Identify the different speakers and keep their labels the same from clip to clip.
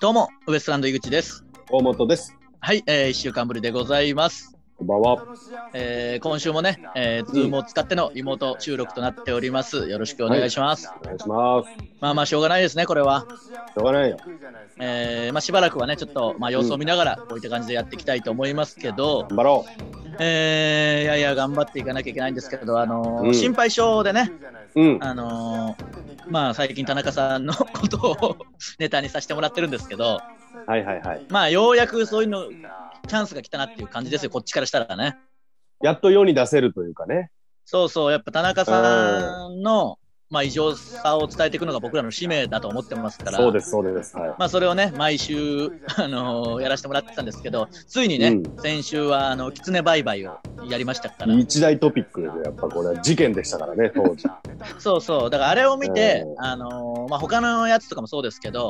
Speaker 1: どうも、ウエストランド井口です。
Speaker 2: 大本です。
Speaker 1: はい、えー、1週間ぶりでございます。
Speaker 2: こんばんは。
Speaker 1: えー、今週もね、えー、ズームを使ってのリモート収録となっております。よろしくお願いします。
Speaker 2: お願いします。し
Speaker 1: まあまあ、しょうがないですね、これは。
Speaker 2: ょうがないよ。
Speaker 1: えー、まあ、しばらくはね、ちょっと、まあ、様子を見ながら、こういった感じでやっていきたいと思いますけど、
Speaker 2: 頑張ろ
Speaker 1: えー、いやいや、頑張っていかなきゃいけないんですけど、あのー
Speaker 2: うん
Speaker 1: 心配性でね、
Speaker 2: う。うん。
Speaker 1: あのーまあ、最近、田中さんのことをネタにさせてもらってるんですけど、
Speaker 2: はいはいはい。
Speaker 1: まあ、ようやくそういうの、チャンスが来たなっていう感じですよ、こっちからしたらね。
Speaker 2: やっと世に出せるというかね。
Speaker 1: そうそう、やっぱ田中さんの、まあ、異常さを伝えていくのが僕らの使命だと思ってますから、
Speaker 2: そうです、そうです。はい。
Speaker 1: まあ、それをね、毎週、あのーやらせてもらってたんですけど、ついにね、
Speaker 2: うん
Speaker 1: 先週は、あの、狐売買をやりましたから、
Speaker 2: 一大トピックで、やっぱこれは事件でしたからね、当時。
Speaker 1: そうそう、だからあれを見て、
Speaker 2: う
Speaker 1: あのーまあ、他のやつとかもそうですけど、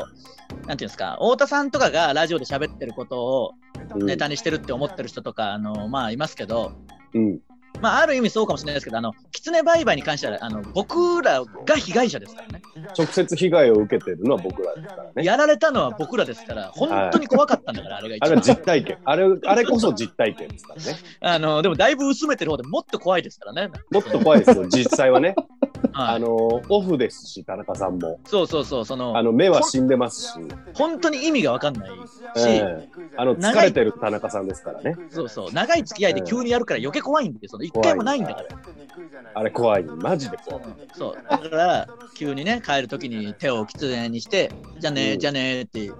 Speaker 1: なんていうんですか、太田さんとかがラジオで喋ってることを
Speaker 2: うん
Speaker 1: ネタにしてるって思ってる人とか、あのーまあ、いますけど、
Speaker 2: うん。
Speaker 1: まあ、ある意味そうかもしれないですけど、あの、狐売買に関しては、あの、僕らが被害者ですからね。
Speaker 2: 直接被害を受けてるのは僕らですからね。
Speaker 1: やられたのは僕らですから、本当に怖かったんだから、あれが一
Speaker 2: あれは
Speaker 1: 番。
Speaker 2: 実体験。あれ、あれこそ実体験ですからね。
Speaker 1: あの、でもだいぶ薄めてる方でもっと怖いですからね。
Speaker 2: もっと怖い ですよ、実際はね。
Speaker 1: は
Speaker 2: あ
Speaker 1: い。
Speaker 2: の、オフですし、田中さんも。
Speaker 1: そうそうそう、そ
Speaker 2: あ
Speaker 1: の、
Speaker 2: の、目は死んでますし、
Speaker 1: 本当に意味がわかんない。
Speaker 2: ええあの、疲れてる田中さんですからね。
Speaker 1: そうそう、長い付き合いで急にやるから余計怖いんで、その、一回もないんだから。
Speaker 2: あれ怖い。マジで怖い。
Speaker 1: そう。だから、急にね、帰るときに手を喫煙にして、じゃね
Speaker 2: う
Speaker 1: え、
Speaker 2: ん
Speaker 1: じゃねえって、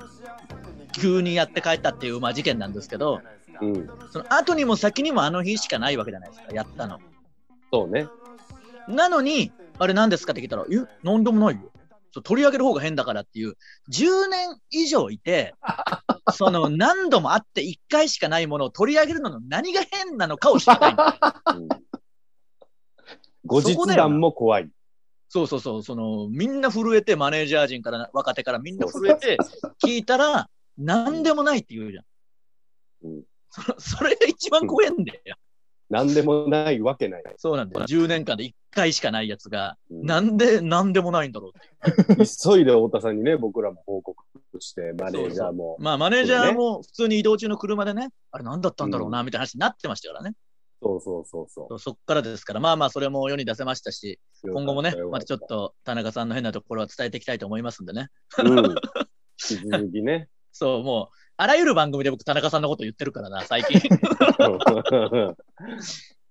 Speaker 1: 急にやって帰ったっていう、まあ事件なんですけど、
Speaker 2: うん。
Speaker 1: その後にも先にもあの日しかないわけじゃないですか、やったの。
Speaker 2: そうね。
Speaker 1: なのに、あれ何ですかって聞いたら、え、何でもないよ。そう取り上げる方が変だからっていう、10年以上い て、その何度も会って1回しかないものを取り上げるのの何が変なのかを知りたい。
Speaker 2: うん後日談も怖い。
Speaker 1: そうそうそう、その、みんな震えて、マネージャー陣から、若手からみんな震えて、聞いたら、何でもないって言うじゃん。
Speaker 2: うん
Speaker 1: そそれが一番怖えんだよ。
Speaker 2: 何でもないわけない。
Speaker 1: そうなんだよ。10年間で1回しかないやつが、
Speaker 2: うん
Speaker 1: なんで何でもないんだろうって。
Speaker 2: 急いで太田さんにね、僕らも報告して、マネージャーも。
Speaker 1: まあ、マネージャーも普通に移動中の車でね、あれ何だったんだろうな、みたいな話になってましたからね。
Speaker 2: そうそうそうそ
Speaker 1: そうそっからですから、まあまあ、それも世に出せましたし、
Speaker 2: う。
Speaker 1: 今後もね
Speaker 2: よか、よか
Speaker 1: またちょっと田中さんの変なところは伝えていきたいと思いますんでね。
Speaker 2: うん引き続きね。
Speaker 1: そう、もう、あらゆる番組で僕、田中さんのこと言ってるからな、最近。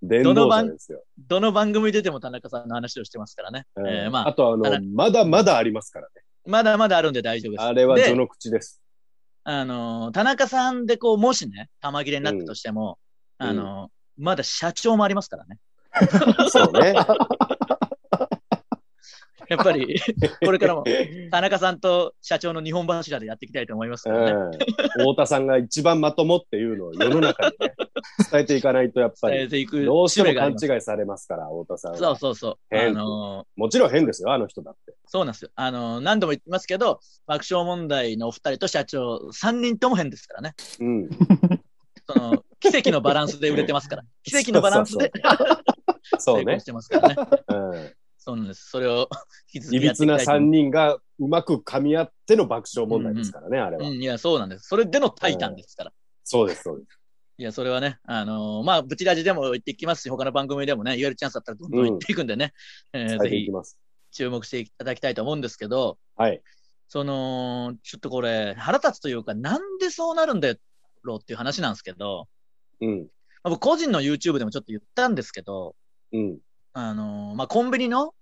Speaker 2: 電動車ですよ。
Speaker 1: どの番組出ても田中さんの話をしてますからね。
Speaker 2: うん
Speaker 1: えーま
Speaker 2: あ
Speaker 1: あ、
Speaker 2: とあ
Speaker 1: あら
Speaker 2: の、まだまだありますからね。
Speaker 1: まだまだあるんで大丈夫です。
Speaker 2: あれは
Speaker 1: で
Speaker 2: 序の 口です。
Speaker 1: あのー田中さんでこう、もしね、玉切れになったとしても、
Speaker 2: うん
Speaker 1: あのーまだ社長もありますからね。
Speaker 2: そうね。
Speaker 1: やっぱり、 これからも田中さんと社長の日本柱でやっていきたいと思いますか
Speaker 2: う
Speaker 1: らね。
Speaker 2: ん太田さんが一番まともっていうのを世の中に ね、伝えていかないとやっぱ
Speaker 1: 伝え
Speaker 2: り、
Speaker 1: ていく
Speaker 2: どうし
Speaker 1: 使
Speaker 2: て
Speaker 1: 命が
Speaker 2: も
Speaker 1: あ
Speaker 2: 勘
Speaker 1: ります。
Speaker 2: 違いされますから、太田さんは。
Speaker 1: そうそうそう。あ
Speaker 2: 変
Speaker 1: のー
Speaker 2: もちろん変ですよ、あの人だって。
Speaker 1: そうなんですよ。あのー何度も言ってますけど、爆笑問題のお二人と社長、3人とも変ですからね。
Speaker 2: うん。
Speaker 1: そ の、奇跡のバランスで売れてますから。奇跡のバランスで
Speaker 2: そ
Speaker 1: 成
Speaker 2: う
Speaker 1: 功
Speaker 2: ね
Speaker 1: し。てますからね。
Speaker 2: うん
Speaker 1: そうなんです。それを引き続
Speaker 2: い
Speaker 1: きや
Speaker 2: び
Speaker 1: って
Speaker 2: つ
Speaker 1: いき
Speaker 2: な
Speaker 1: たいと思い
Speaker 2: 3
Speaker 1: ま
Speaker 2: 人がうまく噛み合っての爆笑問題ですからね、あれ
Speaker 1: す。
Speaker 2: は。
Speaker 1: うん、いや、そうなんです。それでのタイタンですから。
Speaker 2: そうです、そうです。
Speaker 1: いや、それはね、あのーまあ、ブチラジでも言っていきますし、他の番組でもね、言えるチャンスだったらどんどん言っていくんでね、えー
Speaker 2: 伝
Speaker 1: ぜ
Speaker 2: えてい
Speaker 1: ひ
Speaker 2: きます。
Speaker 1: 注目していただきたいと思うんですけど、
Speaker 2: はい。
Speaker 1: その、ちょっとこれ、腹立つというか、なんでそうなるんだろうっていう話なんですけど、
Speaker 2: うん。
Speaker 1: まあ僕個人の YouTube でもちょっと言ったんですけど、
Speaker 2: うん。
Speaker 1: あのーまあ、コンビニの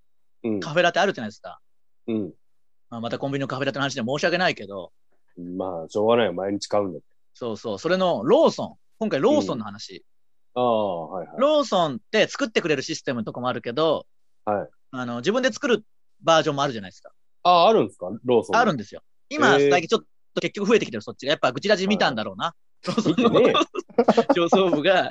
Speaker 2: うん
Speaker 1: カフェラテあるじゃないですか。
Speaker 2: うん。
Speaker 1: まあ、またコンビニのカフェラテの話で申し訳ないけど、
Speaker 2: まあ、しょうがないよ。毎日買うんだって。
Speaker 1: そうそう、それのローソン、今回ローソンの話、
Speaker 2: ああ、はいはい。
Speaker 1: ローソンって作ってくれるシステムとかもあるけど、
Speaker 2: はい
Speaker 1: あの自分で作るバージョンもあるじゃないですか。
Speaker 2: ああ、あるんですかローソン。
Speaker 1: あるんですよ。今、
Speaker 2: へー
Speaker 1: 最近ちょっと結局増えてきてる、そっちが。やっぱ、ぐちラジ見たんだろうな。ローソ
Speaker 2: 見て
Speaker 1: ン
Speaker 2: ね
Speaker 1: の上層部 が、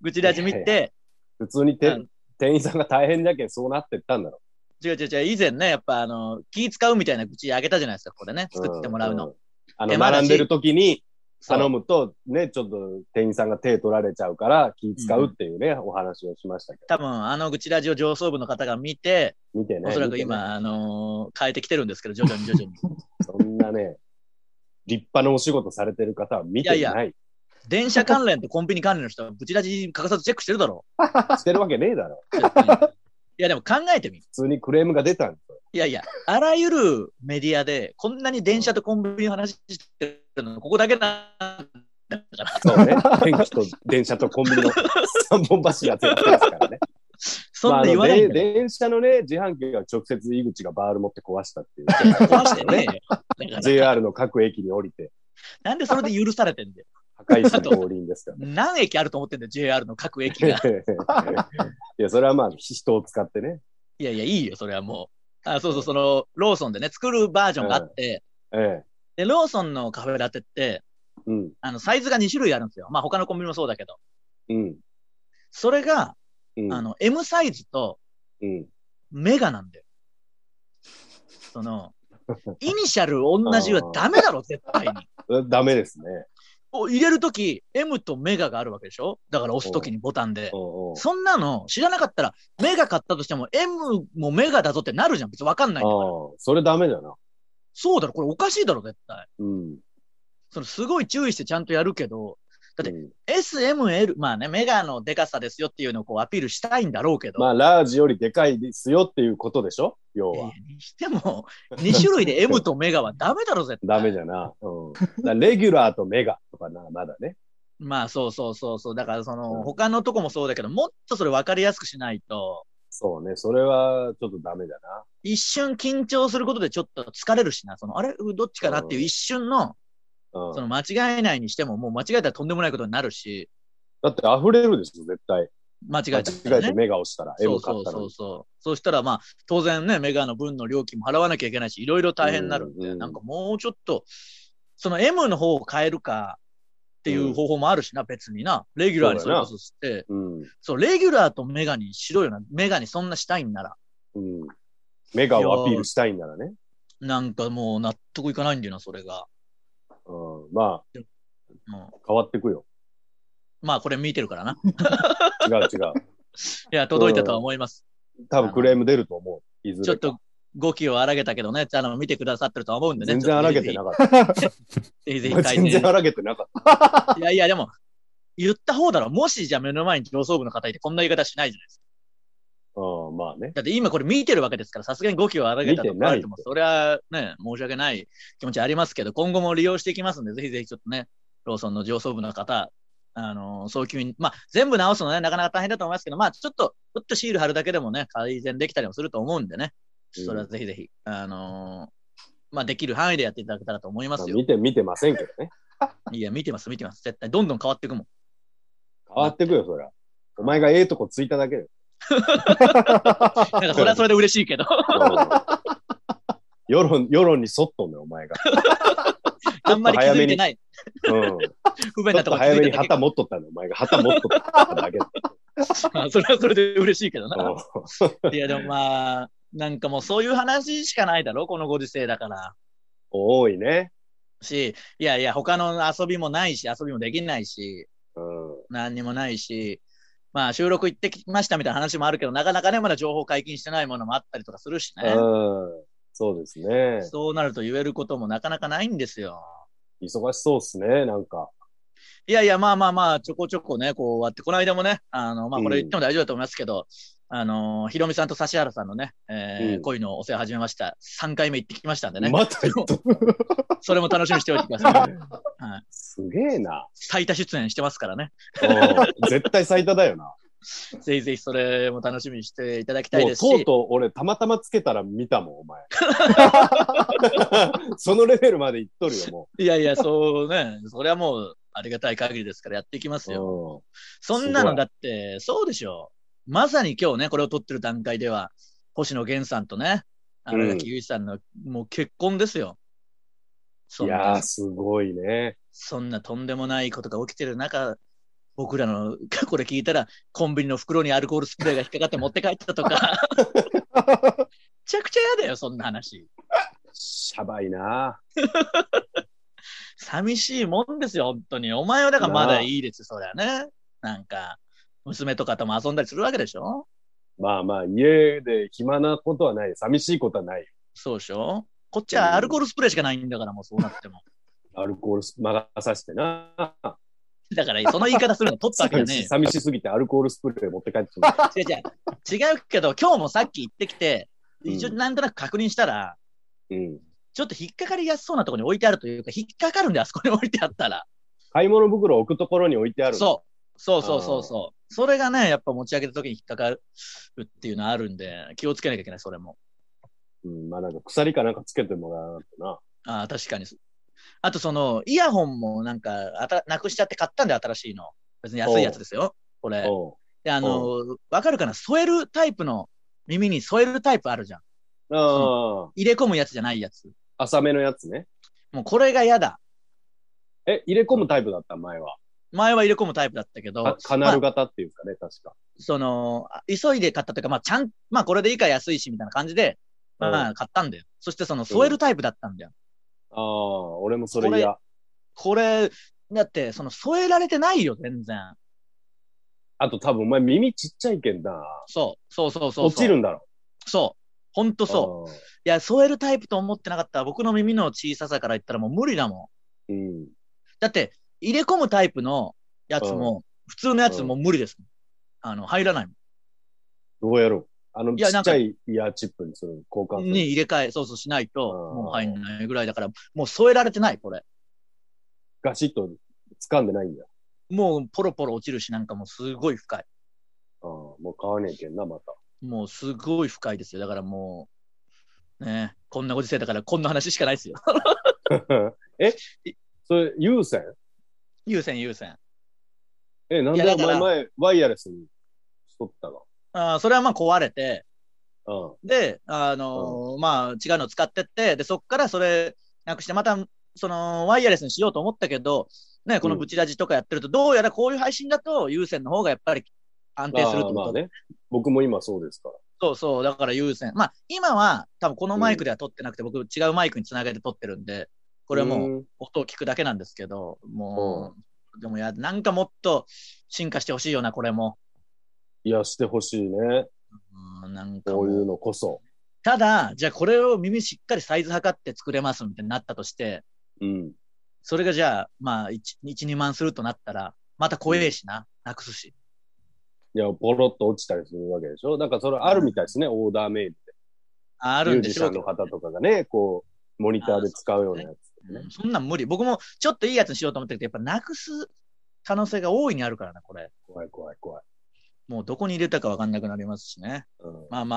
Speaker 1: ぐちラジ見
Speaker 2: いや
Speaker 1: て、
Speaker 2: 普通に
Speaker 1: あ
Speaker 2: て
Speaker 1: の
Speaker 2: 店員さんが大変じゃけん、そうなってったんだろ
Speaker 1: 違う違う違う、以前ね、やっぱ、あの、気使うみたいな愚痴あげたじゃないですか、ここでね、
Speaker 2: う。
Speaker 1: 作ってもらうの。
Speaker 2: ん。んあ
Speaker 1: 手
Speaker 2: の、
Speaker 1: 間だし
Speaker 2: 並んでる時に、
Speaker 1: そう
Speaker 2: 頼むと、ね、ちょっと店員さんが手取られちゃうから気使うっていうね、お話をしましたけど。
Speaker 1: 多分、あの、愚痴ラジオ上層部の方が見て、
Speaker 2: 見てね。
Speaker 1: おそら
Speaker 2: 見
Speaker 1: く
Speaker 2: てね
Speaker 1: 今、。あのー変えてきてるんですけど、徐々に徐 々に。
Speaker 2: そんなね、立派なお仕事されてる方は見てない。
Speaker 1: いやい電車関連とコンビニ関連の人は、ブチラジ欠かさずチェックしてるだろ
Speaker 2: してるわけねえだろ。
Speaker 1: う。絶対いや、でも考えてみ。
Speaker 2: 普通にクレームが出たんですよ。
Speaker 1: いやいや、あらゆるメディアで、こんなに電車とコンビニの話してるの、ここだけなんだから。
Speaker 2: そう ね。天気と電車とコンビニの三本柱やつやってますからね。
Speaker 1: そんな言わないん
Speaker 2: まああの
Speaker 1: だよ。
Speaker 2: で電車のね、自販機が直接井口がバール持って壊した っていう。
Speaker 1: 壊してね えよだから。
Speaker 2: JR の各駅に降りて、
Speaker 1: なんでそれで許されてんだよ。
Speaker 2: 破壊して降臨ですから。
Speaker 1: 何駅あると思ってんだよ、JR の各駅が。
Speaker 2: いや、それはまあ、人を使ってね。
Speaker 1: いやいや、いいよ、それはもう。あそうそう、その、ローソンでね、作るバージョンがあって、
Speaker 2: ええ。
Speaker 1: で、ローソンのカフェラテって、
Speaker 2: うん。
Speaker 1: あの、サイズが2種類あるんですよ。まあ、他のコンビニもそうだけど。
Speaker 2: うん。
Speaker 1: それが、
Speaker 2: うん。
Speaker 1: あの、M サイズと
Speaker 2: うん。
Speaker 1: メガなんだよ。そ の、イニシャル同じはダメだろ、絶対に。
Speaker 2: ダメですね。
Speaker 1: お入れるとき、M とメガがあるわけでしょだから押すときにボタンで。
Speaker 2: おうおう
Speaker 1: そんなの知らなかったら、メガ買ったとしても M もメガだぞってなるじゃん。別にわかんないんだから。
Speaker 2: ああ、それダメだな。
Speaker 1: そうだろ、これおかしいだろ、絶対。
Speaker 2: うん。
Speaker 1: そのすごい注意してちゃんとやるけど、だって
Speaker 2: うん
Speaker 1: SML、まあね、メガのデカさですよっていうのをこうアピールしたいんだろうけど、
Speaker 2: まあ、ラージよりでかいですよっていうことでしょ要
Speaker 1: いや
Speaker 2: は。
Speaker 1: にしても、2種類で M とメガはダメだろ、絶対。
Speaker 2: ダメじゃな。うん。だからレギュラーとメガとかな、まだね。
Speaker 1: まあそうそうそうそう。だからその、
Speaker 2: うん
Speaker 1: 他のとこもそうだけど、もっとそれ分かりやすくしないと、
Speaker 2: そうね。それは、ちょっとダメだ
Speaker 1: 一瞬緊張することでちょっと疲れるしな、その、あれどっちかなっていう
Speaker 2: うん
Speaker 1: 一瞬の、
Speaker 2: な。うん。
Speaker 1: その間違えないにしても、もう間違えたらとんでもないことになるし、
Speaker 2: だって溢れるでしょ、絶対。
Speaker 1: 間違え
Speaker 2: 間違
Speaker 1: ちゃったら
Speaker 2: えて
Speaker 1: ね。
Speaker 2: メガ押したら、
Speaker 1: そう
Speaker 2: M 買
Speaker 1: そ
Speaker 2: っ
Speaker 1: う
Speaker 2: たら。
Speaker 1: そうそう。そうしたらまあ、当然ね、メガの分の料金も払わなきゃいけないし、いろいろ大変になるんで、
Speaker 2: うん
Speaker 1: なんかもうちょっと、その M の方を変えるかっていう方法もあるしな、別にな。レギュラーにそれこそして、
Speaker 2: うん。
Speaker 1: そう、レギュラーとメガにしろよな。メガにそんなしたいんなら。
Speaker 2: うん。メガをアピールしたいんならね。
Speaker 1: なんかもう納得いかないんだよな、それが。
Speaker 2: うん。ま
Speaker 1: うん、
Speaker 2: あ、変わってくよ。
Speaker 1: まあ、これ見てるからな。
Speaker 2: 違う 違う。
Speaker 1: いや、届いたとは思います。
Speaker 2: 多分クレーム出ると思う。いずれか。
Speaker 1: ちょっと語気を荒げたけどね、あの、見てくださってるとは思うんでね。
Speaker 2: 全然荒げて
Speaker 1: か
Speaker 2: なかった。
Speaker 1: ぜひぜひ書いて
Speaker 2: 全然荒げてなかった。
Speaker 1: いやいや、でも、言った方だろ。もし、じゃあ目の前に上層部の方いて、こんな言い方しないじゃないですか。
Speaker 2: うん、まあね。
Speaker 1: だって今これ見てるわけですから、さすがに語気を荒げたと
Speaker 2: 見
Speaker 1: か
Speaker 2: てない
Speaker 1: あるとも、それはね、申し訳ない気持ちありますけど、今後も利用していきますんで、ぜひぜひちょっとね、ローソンの上層部の方、あのー早急に、まあ、全部直すのね、なかなか大変だと思いますけど、まあ、ちょっと、ちょっとシール貼るだけでもね、改善できたりもすると思うんでね、
Speaker 2: うん
Speaker 1: それはぜひぜひ、あのーまあ、できる範囲でやっていただけたらと思いま
Speaker 2: まあ
Speaker 1: すよ。
Speaker 2: 見て、見てませんけどね。
Speaker 1: いや、見てます、見てます。絶対、どんどん変わっていくもん。
Speaker 2: 変わってくよ、そりゃ。お前がええとこついただけで。
Speaker 1: なんか、それはそれで嬉しいけど。
Speaker 2: 世論、世論に沿っとんね、お前が。
Speaker 1: あんまり気づいてない。
Speaker 2: うん。
Speaker 1: 不便
Speaker 2: ちょっ
Speaker 1: なと
Speaker 2: と
Speaker 1: こ気づ
Speaker 2: 早
Speaker 1: い
Speaker 2: め
Speaker 1: て
Speaker 2: に
Speaker 1: た
Speaker 2: 旗持っとったの、お前が。旗持っとっただけで。
Speaker 1: あ それはそれで嬉しいけどな。
Speaker 2: うん
Speaker 1: いや、でもまあ、なんかもうそういう話しかないだろ、このご時世だから。
Speaker 2: 多いね。
Speaker 1: し、いやいや、他の遊びもないし、遊びもできないし、
Speaker 2: うん。
Speaker 1: 何にもないし、まあ収録行ってきましたみたいな話もあるけど、なかなかね、まだ情報解禁してないものもあったりとかするしね。
Speaker 2: うん。そうですね。
Speaker 1: そうなると言えることもなかなかないんですよ。
Speaker 2: 忙しそうっすね、なんか。
Speaker 1: いやいや、まあまあまあ、ちょこちょこね、こうあって、この間もね、あの、まあこれ言っても大丈夫だと思いますけど、あの、ひろみさんと指原さんのね、えー
Speaker 2: うん
Speaker 1: 恋のお世話始めました。3回目行ってきましたんでね。
Speaker 2: また言っとった
Speaker 1: それも楽しみにしておいてください。
Speaker 2: すげ えな。
Speaker 1: 最多出演してますからね。
Speaker 2: うん絶対最多だよな。
Speaker 1: ぜひぜひそれも楽しみにしていただきたい
Speaker 2: もう
Speaker 1: です
Speaker 2: とう
Speaker 1: し。
Speaker 2: とう俺たまたまつけたら見たもん、お前。そのレベルまでいっとるよ、も
Speaker 1: いやいや、そうね。それはもうありがたい限りですからやっていきますよ。
Speaker 2: う。
Speaker 1: そんな
Speaker 2: すご
Speaker 1: の
Speaker 2: い
Speaker 1: だって、そうでしょう。まさに今日ね、これを撮ってる段階では、星野源さんとね、
Speaker 2: うん
Speaker 1: 荒垣結衣さんの、もう結婚ですよ。
Speaker 2: う
Speaker 1: そ
Speaker 2: ん、い
Speaker 1: ん
Speaker 2: や
Speaker 1: な
Speaker 2: ー、すごいね。
Speaker 1: そんなとんでもないことが起きてる中、僕らの、 これ聞いたら、コンビニの袋にアルコールスプレーが引っかかって持って帰ったと か、めちゃくちゃ嫌だよ、そんな話。
Speaker 2: しゃばいな。
Speaker 1: 寂しいもんですよ、本当に。お前はだからまだいいですよ、そりゃね。なんか、娘とかとも遊んだりするわけでしょ
Speaker 2: まあまあ、家で暇なことはない。寂しいことはない。
Speaker 1: そうでしょこっちはアルコールスプレーしかないんだから、もうそうな っても。
Speaker 2: アルコールス魔が差してな。
Speaker 1: だから、その言い方するの取ったわけじゃねえ
Speaker 2: 寂 し
Speaker 1: よ
Speaker 2: 寂しすぎてアルコールスプレー持って帰ってきた。
Speaker 1: 違う違う。違うけど、今日もさっき行ってきて、
Speaker 2: うん
Speaker 1: 一応なんとなく確認したら、
Speaker 2: うん。
Speaker 1: ちょっと引っかかりやすそうなところに置いてあるというか、引っかかるんで、あそこに置いてあったら。
Speaker 2: 買い物袋を置くところに置いてある。
Speaker 1: そう。そうそうそうそう。それがね、やっぱ持ち上げた時に引っかかるっていうのはあるんで、気をつけなきゃいけない、それも。
Speaker 2: う。うん、まあなんか鎖かなんかつけてもらわなかったな。
Speaker 1: ああ、確かに。あと、その、イヤホンもなんか、あたなくしちゃって買ったんで、新しいの。別に安いやつですよ。これ。
Speaker 2: おう
Speaker 1: で、あの、わかるかな添えるタイプの、耳に添えるタイプあるじゃん。
Speaker 2: ああ、
Speaker 1: 入れ込むやつじゃないやつ。
Speaker 2: 浅めのやつね。
Speaker 1: もうこれが嫌だ。
Speaker 2: え、入れ込むタイプだった、前は。
Speaker 1: 前は入れ込むタイプだったけど
Speaker 2: か、カナル型っていうかね、確か。
Speaker 1: その、あ急いで買ったというか、まあ、ちゃん、まあ、これでいいから安いし、みたいな感じで、まあまあ、買ったんだよ。そして、その、添えるタイプだったんだよ。
Speaker 2: ああ、俺もそれ嫌。
Speaker 1: これ、だって、その、添えられてないよ、全然。
Speaker 2: あと多分お前耳ちっちゃいけんな。
Speaker 1: そう、そうそうそうそう。
Speaker 2: 落ちるんだろ。
Speaker 1: そう。ほんとそう。
Speaker 2: う。
Speaker 1: いや、添えるタイプと思ってなかったら、僕の耳の小ささから言ったらもう無理だも
Speaker 2: うん。
Speaker 1: ん。だって、入れ込むタイプのやつも、普通のやつも無理ですもん。あの、入らないもん。
Speaker 2: どうやろう。あの、
Speaker 1: い
Speaker 2: ち
Speaker 1: や
Speaker 2: っちゃいイヤーチップにする。交換する。
Speaker 1: に入れ替え、そうそうしないと、
Speaker 2: うん
Speaker 1: もう入んないぐらいだから、もう添えられてない、これ。
Speaker 2: ガシッと掴んでないんだよ。
Speaker 1: もうポロポロ落ちるし、なんかもうすごい深い。
Speaker 2: ああ、もう買わねえけん な、また。
Speaker 1: もうすごい深いですよ。だからもう、ねえこんなご時世だからこんな話しかないですよ。
Speaker 2: えそれ、有線
Speaker 1: 優先優先。
Speaker 2: え、なん
Speaker 1: い
Speaker 2: で
Speaker 1: やだ
Speaker 2: お
Speaker 1: から
Speaker 2: 前前、ワイヤレスにしとったの
Speaker 1: あーそれはまあ壊れて、
Speaker 2: うん。
Speaker 1: で、あのーまあ違うの使ってって、で、そっからそれなくして、また、その、ワイヤレスにしようと思ったけど、ね、このブチラジとかやってると、どうやらこういう配信だと、優先の方がやっぱり安定すると
Speaker 2: ああ
Speaker 1: 思
Speaker 2: ま
Speaker 1: う
Speaker 2: あね。僕も今そうですから。
Speaker 1: そうそう、だから優先。まあ、今は多分このマイクでは撮ってなくて、僕違うマイクにつなげて撮ってるんで、これはもう
Speaker 2: うん
Speaker 1: 音を聞くだけなんですけど、もう、でもや、なんかもっと進化してほしいよな、これも。
Speaker 2: いや、してほしいね。
Speaker 1: うん、なんかも
Speaker 2: こういう
Speaker 1: う。
Speaker 2: のこそ。
Speaker 1: ただ、じゃあこれを耳しっかりサイズ測って作れますみたいになったとして、
Speaker 2: うん。
Speaker 1: それがじゃあ、まあ1、1、2万するとなったら、また怖えしな、なくすし。
Speaker 2: いや、ポロッと落ちたりするわけでしょ。だからそれあるみたいですね、オーダーメイドで。
Speaker 1: ある
Speaker 2: ミュ
Speaker 1: ん
Speaker 2: ー
Speaker 1: で
Speaker 2: ジ
Speaker 1: し
Speaker 2: シ
Speaker 1: ょ
Speaker 2: ャ
Speaker 1: う
Speaker 2: ン
Speaker 1: け
Speaker 2: の
Speaker 1: ど
Speaker 2: 方とかがね、こう、モニターで使うようなやつ、ね
Speaker 1: うんそんなん無理。僕もちょっといいやつにしようと思ってるけど、やっぱなくす可能性が大いにあるからな、これ。
Speaker 2: 怖い怖い怖い。
Speaker 1: もうどこに入れたかわかんなくなりますしね。
Speaker 2: うん。
Speaker 1: まあま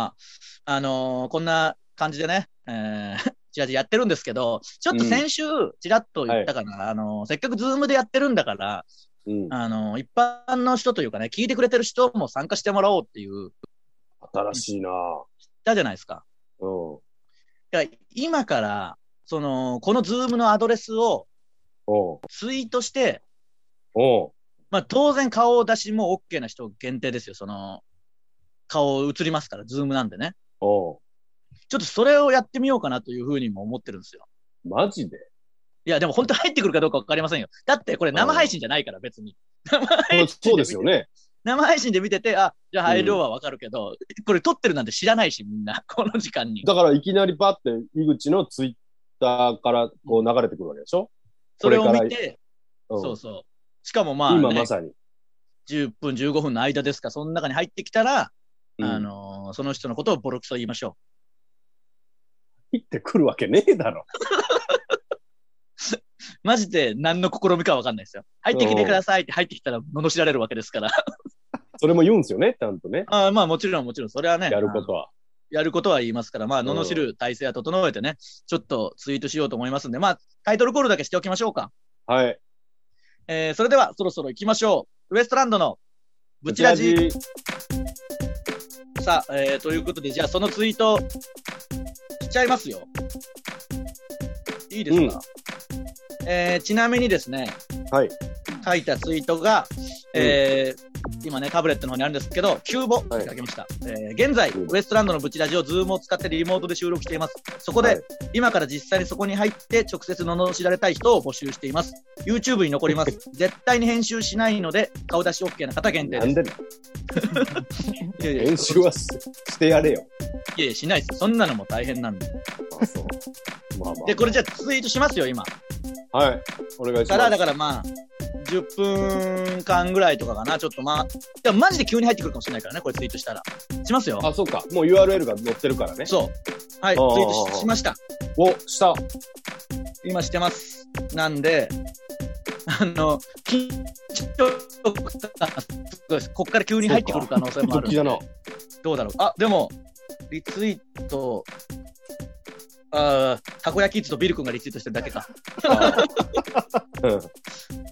Speaker 1: あ、あのーこんな感じでね、えー、 チラチラやってるんですけど、ちょっと先週、ちらっと言ったから、あのーせっかくズームでやってるんだから、
Speaker 2: うん、
Speaker 1: あのー一般の人というかね、聞いてくれてる人も参加してもらおうっていう、
Speaker 2: 新しいなぁ。
Speaker 1: だじゃないですか。
Speaker 2: うん。
Speaker 1: だから今から、その、このズームのアドレスを
Speaker 2: おう
Speaker 1: ツイートして、
Speaker 2: おう
Speaker 1: まあ当然顔出しも OK な人限定ですよ、その、顔映りますから、ズームなんでね。
Speaker 2: おう
Speaker 1: ちょっとそれをやってみようかなというふうにも思ってるんですよ。
Speaker 2: マ ジで
Speaker 1: いや、でも本当に入ってくるかどうか分かりませんよ。だってこれ生配信じゃないから、別に。生
Speaker 2: そう
Speaker 1: 配信
Speaker 2: そうですよね。
Speaker 1: 生配信で見てて、あ、じゃあ入ろうは分かるけど、これ撮ってるなんて知らないし、みんな、 この時間に。
Speaker 2: だからいきなりパって、井口のツイッターからこう流れてくるわけでしょ、
Speaker 1: それを
Speaker 2: これから
Speaker 1: 見て、
Speaker 2: うん、
Speaker 1: そうそう。しかもまあ、
Speaker 2: 今
Speaker 1: ね
Speaker 2: まさに。
Speaker 1: 10分、15分の間ですか、その中に入ってきたら、
Speaker 2: うん
Speaker 1: あのーその人のことをボロクソ言いましょ
Speaker 2: 入ってくるわけねえだろ。
Speaker 1: う。マジで何の試みか分かんないですよ。入ってきてくださいって入ってきたら、罵られるわけです から。
Speaker 2: それも言うんですよね、ちゃんとね。
Speaker 1: あーまあ、もちろん、もちろん、それはね。
Speaker 2: やることは。
Speaker 1: やることは言いますから、まあ、
Speaker 2: うん
Speaker 1: 罵る体制は整えてね、ちょっとツイートしようと思いますんで、まあ、タイトルコールだけしておきましょうか。
Speaker 2: はい。
Speaker 1: えー、それでは、そろそろ行きましょう。ウエストランドのブチラジ
Speaker 2: ブチ
Speaker 1: さあ、えー、ということで、じゃあ、そのツイート、しちゃいますよ。いいですか、えー、ちなみにですね、
Speaker 2: はい。
Speaker 1: 書いたツイートが、えー今ね、タブレットの方にあるんですけど、キューボいただきました。えー現在、ウエストランドのブチラジをズームを使ってリモートで収録しています。そこで、
Speaker 2: はい
Speaker 1: 今から実際にそこに入って直接罵られたい人を募集しています。YouTube に残ります。 絶対に編集しないので、顔出し OK な方限定
Speaker 2: な
Speaker 1: で
Speaker 2: ん
Speaker 1: す。いや
Speaker 2: で
Speaker 1: いや
Speaker 2: 練習はししてやれよ。
Speaker 1: いやいやしないです。そんなのも大変なんで。
Speaker 2: あそうまあま
Speaker 1: で、これじゃあツイートしますよ、今。
Speaker 2: あ。はい。お願いし
Speaker 1: から、
Speaker 2: ま
Speaker 1: だ
Speaker 2: す。
Speaker 1: からまあ、10分間ぐらいとかかな、ちょっとまあ、いや、マジで急に入ってくるかもしれないからね、これツイートしたら。しますよ。
Speaker 2: あ、そうか。もう URL が載ってるからね。
Speaker 1: そう。はい、ツイ
Speaker 2: ああ
Speaker 1: ートししました。
Speaker 2: お、した。
Speaker 1: 今してます。なんで、あの、緊張感すごいです。こっから急に入ってくる可能性もあ
Speaker 2: ド
Speaker 1: る
Speaker 2: ッキ。だな。
Speaker 1: どうだろう。あ、でも、リツイート、あーたこ焼きッズとビル君がリツイートしてるだけか。
Speaker 2: うん。
Speaker 1: い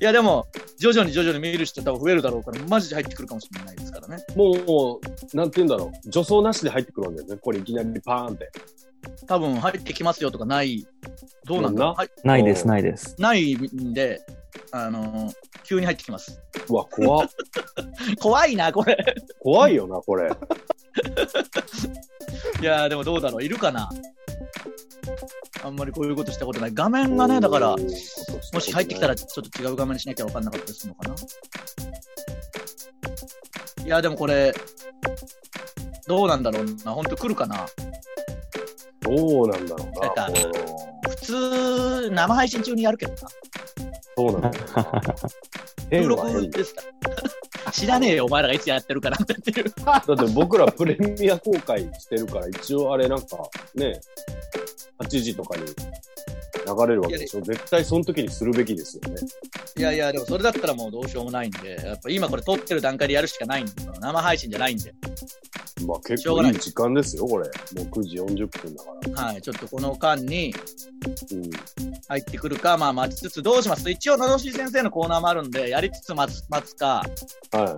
Speaker 1: や、でも、徐々に徐々に見る人多分増えるだろうから、マジで入ってくるかもしれないですからね。
Speaker 2: もう、もうなんて言うんだろう。助走なしで入ってくるんだよね。これいきなりパーンって。
Speaker 1: 多分入ってきますよとかない、どうなんだろう
Speaker 2: そんな
Speaker 1: はい
Speaker 3: ないです、
Speaker 2: うん
Speaker 3: ないです。
Speaker 1: ないんで、あのー急に入ってきます。
Speaker 2: うわ、怖っ
Speaker 1: 怖いな、これ。
Speaker 2: 怖いよな、これ。
Speaker 1: いやー、でもどうだろう、いるかな。あんまりこういうことしたことない。画面がね、だから、
Speaker 2: うん、
Speaker 1: も
Speaker 2: も
Speaker 1: し入ってきたら、ちょっと違う画面にしなきゃ分かんなかったりするのかな。いや、でもこれ、どうなんだろうな。ほんと来るかな。
Speaker 2: どうなんだろうな。
Speaker 1: 出
Speaker 2: うん
Speaker 1: 普通、生配信中にやるけどな。
Speaker 2: そうなんだろ う。変
Speaker 1: 収
Speaker 2: は
Speaker 1: 録
Speaker 2: 変
Speaker 1: です から。知らねえよ、お前らがいつやってるかなんてっていう。
Speaker 2: だって僕らプレミア公開してるから、一応あれなんかね、8時とかに流れるわけでしょ。絶対その時にするべきですよね。
Speaker 1: いやいや、でもそれだったらもうどうしようもないんで、やっぱ今これ撮ってる段階でやるしかないんですよ。生配信じゃないんで。
Speaker 2: まあ
Speaker 1: し
Speaker 2: 結
Speaker 1: ょうが
Speaker 2: 構
Speaker 1: ないい
Speaker 2: い時間ですよ、これ。もう9時40分だから。
Speaker 1: はい。ちょっとこの間に
Speaker 2: うん。
Speaker 1: 入ってくるか、まあ待ちつつ、どうします一応、のどし先生のコーナーもあるんで、やりつつ待つ待つか、
Speaker 2: は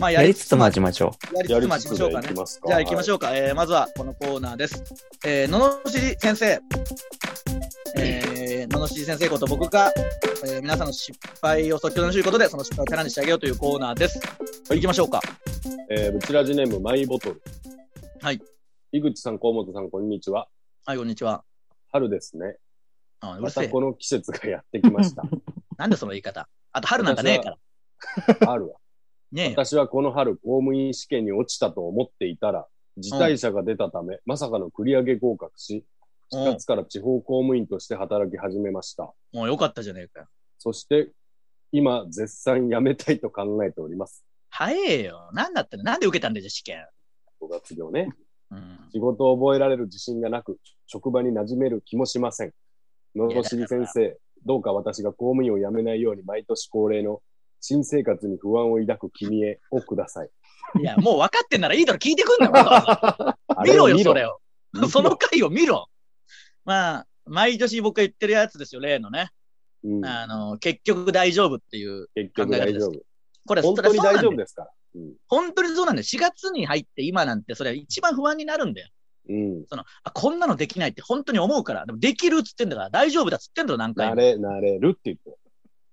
Speaker 1: まあ
Speaker 3: や
Speaker 1: や
Speaker 3: り
Speaker 1: り
Speaker 3: つ
Speaker 1: つ
Speaker 3: つ
Speaker 1: つ
Speaker 3: 待
Speaker 1: 待
Speaker 3: ちましょ
Speaker 1: やり
Speaker 2: い。や
Speaker 1: つつ
Speaker 2: り
Speaker 1: 待
Speaker 2: つ
Speaker 1: ちま
Speaker 2: つ
Speaker 1: しょう
Speaker 2: で
Speaker 1: か
Speaker 2: い
Speaker 1: ね
Speaker 2: き。ますか。
Speaker 1: じゃあ行きまし
Speaker 2: ょ
Speaker 1: ょうか。えー、まずはこのコーナーです。えー、ののしり先生。えー、ののしり先生こと僕が、えー、皆さんの失敗を即興で楽しいことで、その失敗をチャレンジしてあげようというコーナーです。行きましょうか。
Speaker 2: う。えー、ブチラジネームマイボトル。
Speaker 1: はい。
Speaker 2: 井口さん、河本さん、こんにちは。
Speaker 1: はい、こんにちは。
Speaker 2: 春ですね。
Speaker 1: あうる
Speaker 2: ま
Speaker 1: せ
Speaker 2: た
Speaker 1: え。
Speaker 2: この季節がやってき ました。
Speaker 1: なんでその言い方。あと、春なんかねえから。
Speaker 2: 春は。
Speaker 1: ねえ。
Speaker 2: 私はこの春、公務員試験に落ちたと思っていたら、辞退者が出たため、まさかの繰り上げ合格し、
Speaker 1: うん
Speaker 2: 4月から地方公務員として働き始めました。
Speaker 1: もうよかったじゃねえかよ。
Speaker 2: そして、今、絶賛辞めたいと考えております。
Speaker 1: 早えよ。なんだったのなんで受けたんだよ、じゃあ試験。
Speaker 2: ご月業ね。
Speaker 1: うん。
Speaker 2: 仕事を覚えられる自信がなく、職場に馴染める気もしません。野呂尻先生、どうか私が公務員を辞めないように毎年恒例の新生活に不安を抱く君へをくださ い。
Speaker 1: いや、もう分かってんならいいだろ、聞いてくん なよわざわざ。
Speaker 2: あ
Speaker 1: 見
Speaker 2: れを
Speaker 1: ろよ、それを。
Speaker 2: 見ろ
Speaker 1: その回を見ろ。まあ、毎年僕が言ってるやつですよ、例のね。
Speaker 2: うん、
Speaker 1: あの、結局大丈夫っていう。
Speaker 2: 結局大丈
Speaker 1: 考え方で
Speaker 2: 夫。
Speaker 1: これ、
Speaker 2: 本当に
Speaker 1: それそ
Speaker 2: 大
Speaker 1: うなん
Speaker 2: 丈
Speaker 1: だ
Speaker 2: 夫
Speaker 1: よ
Speaker 2: ですから。うん
Speaker 1: 本当にそうなんだよ。4月に入って今なんて、それは一番不安になるんだよ。
Speaker 2: うん。
Speaker 1: その、あ、こんなのできないって本当に思うから。でもできるっつってんだから、大丈夫だっつってんだろ、何回も
Speaker 2: な。れ、なれるって言って。
Speaker 1: っ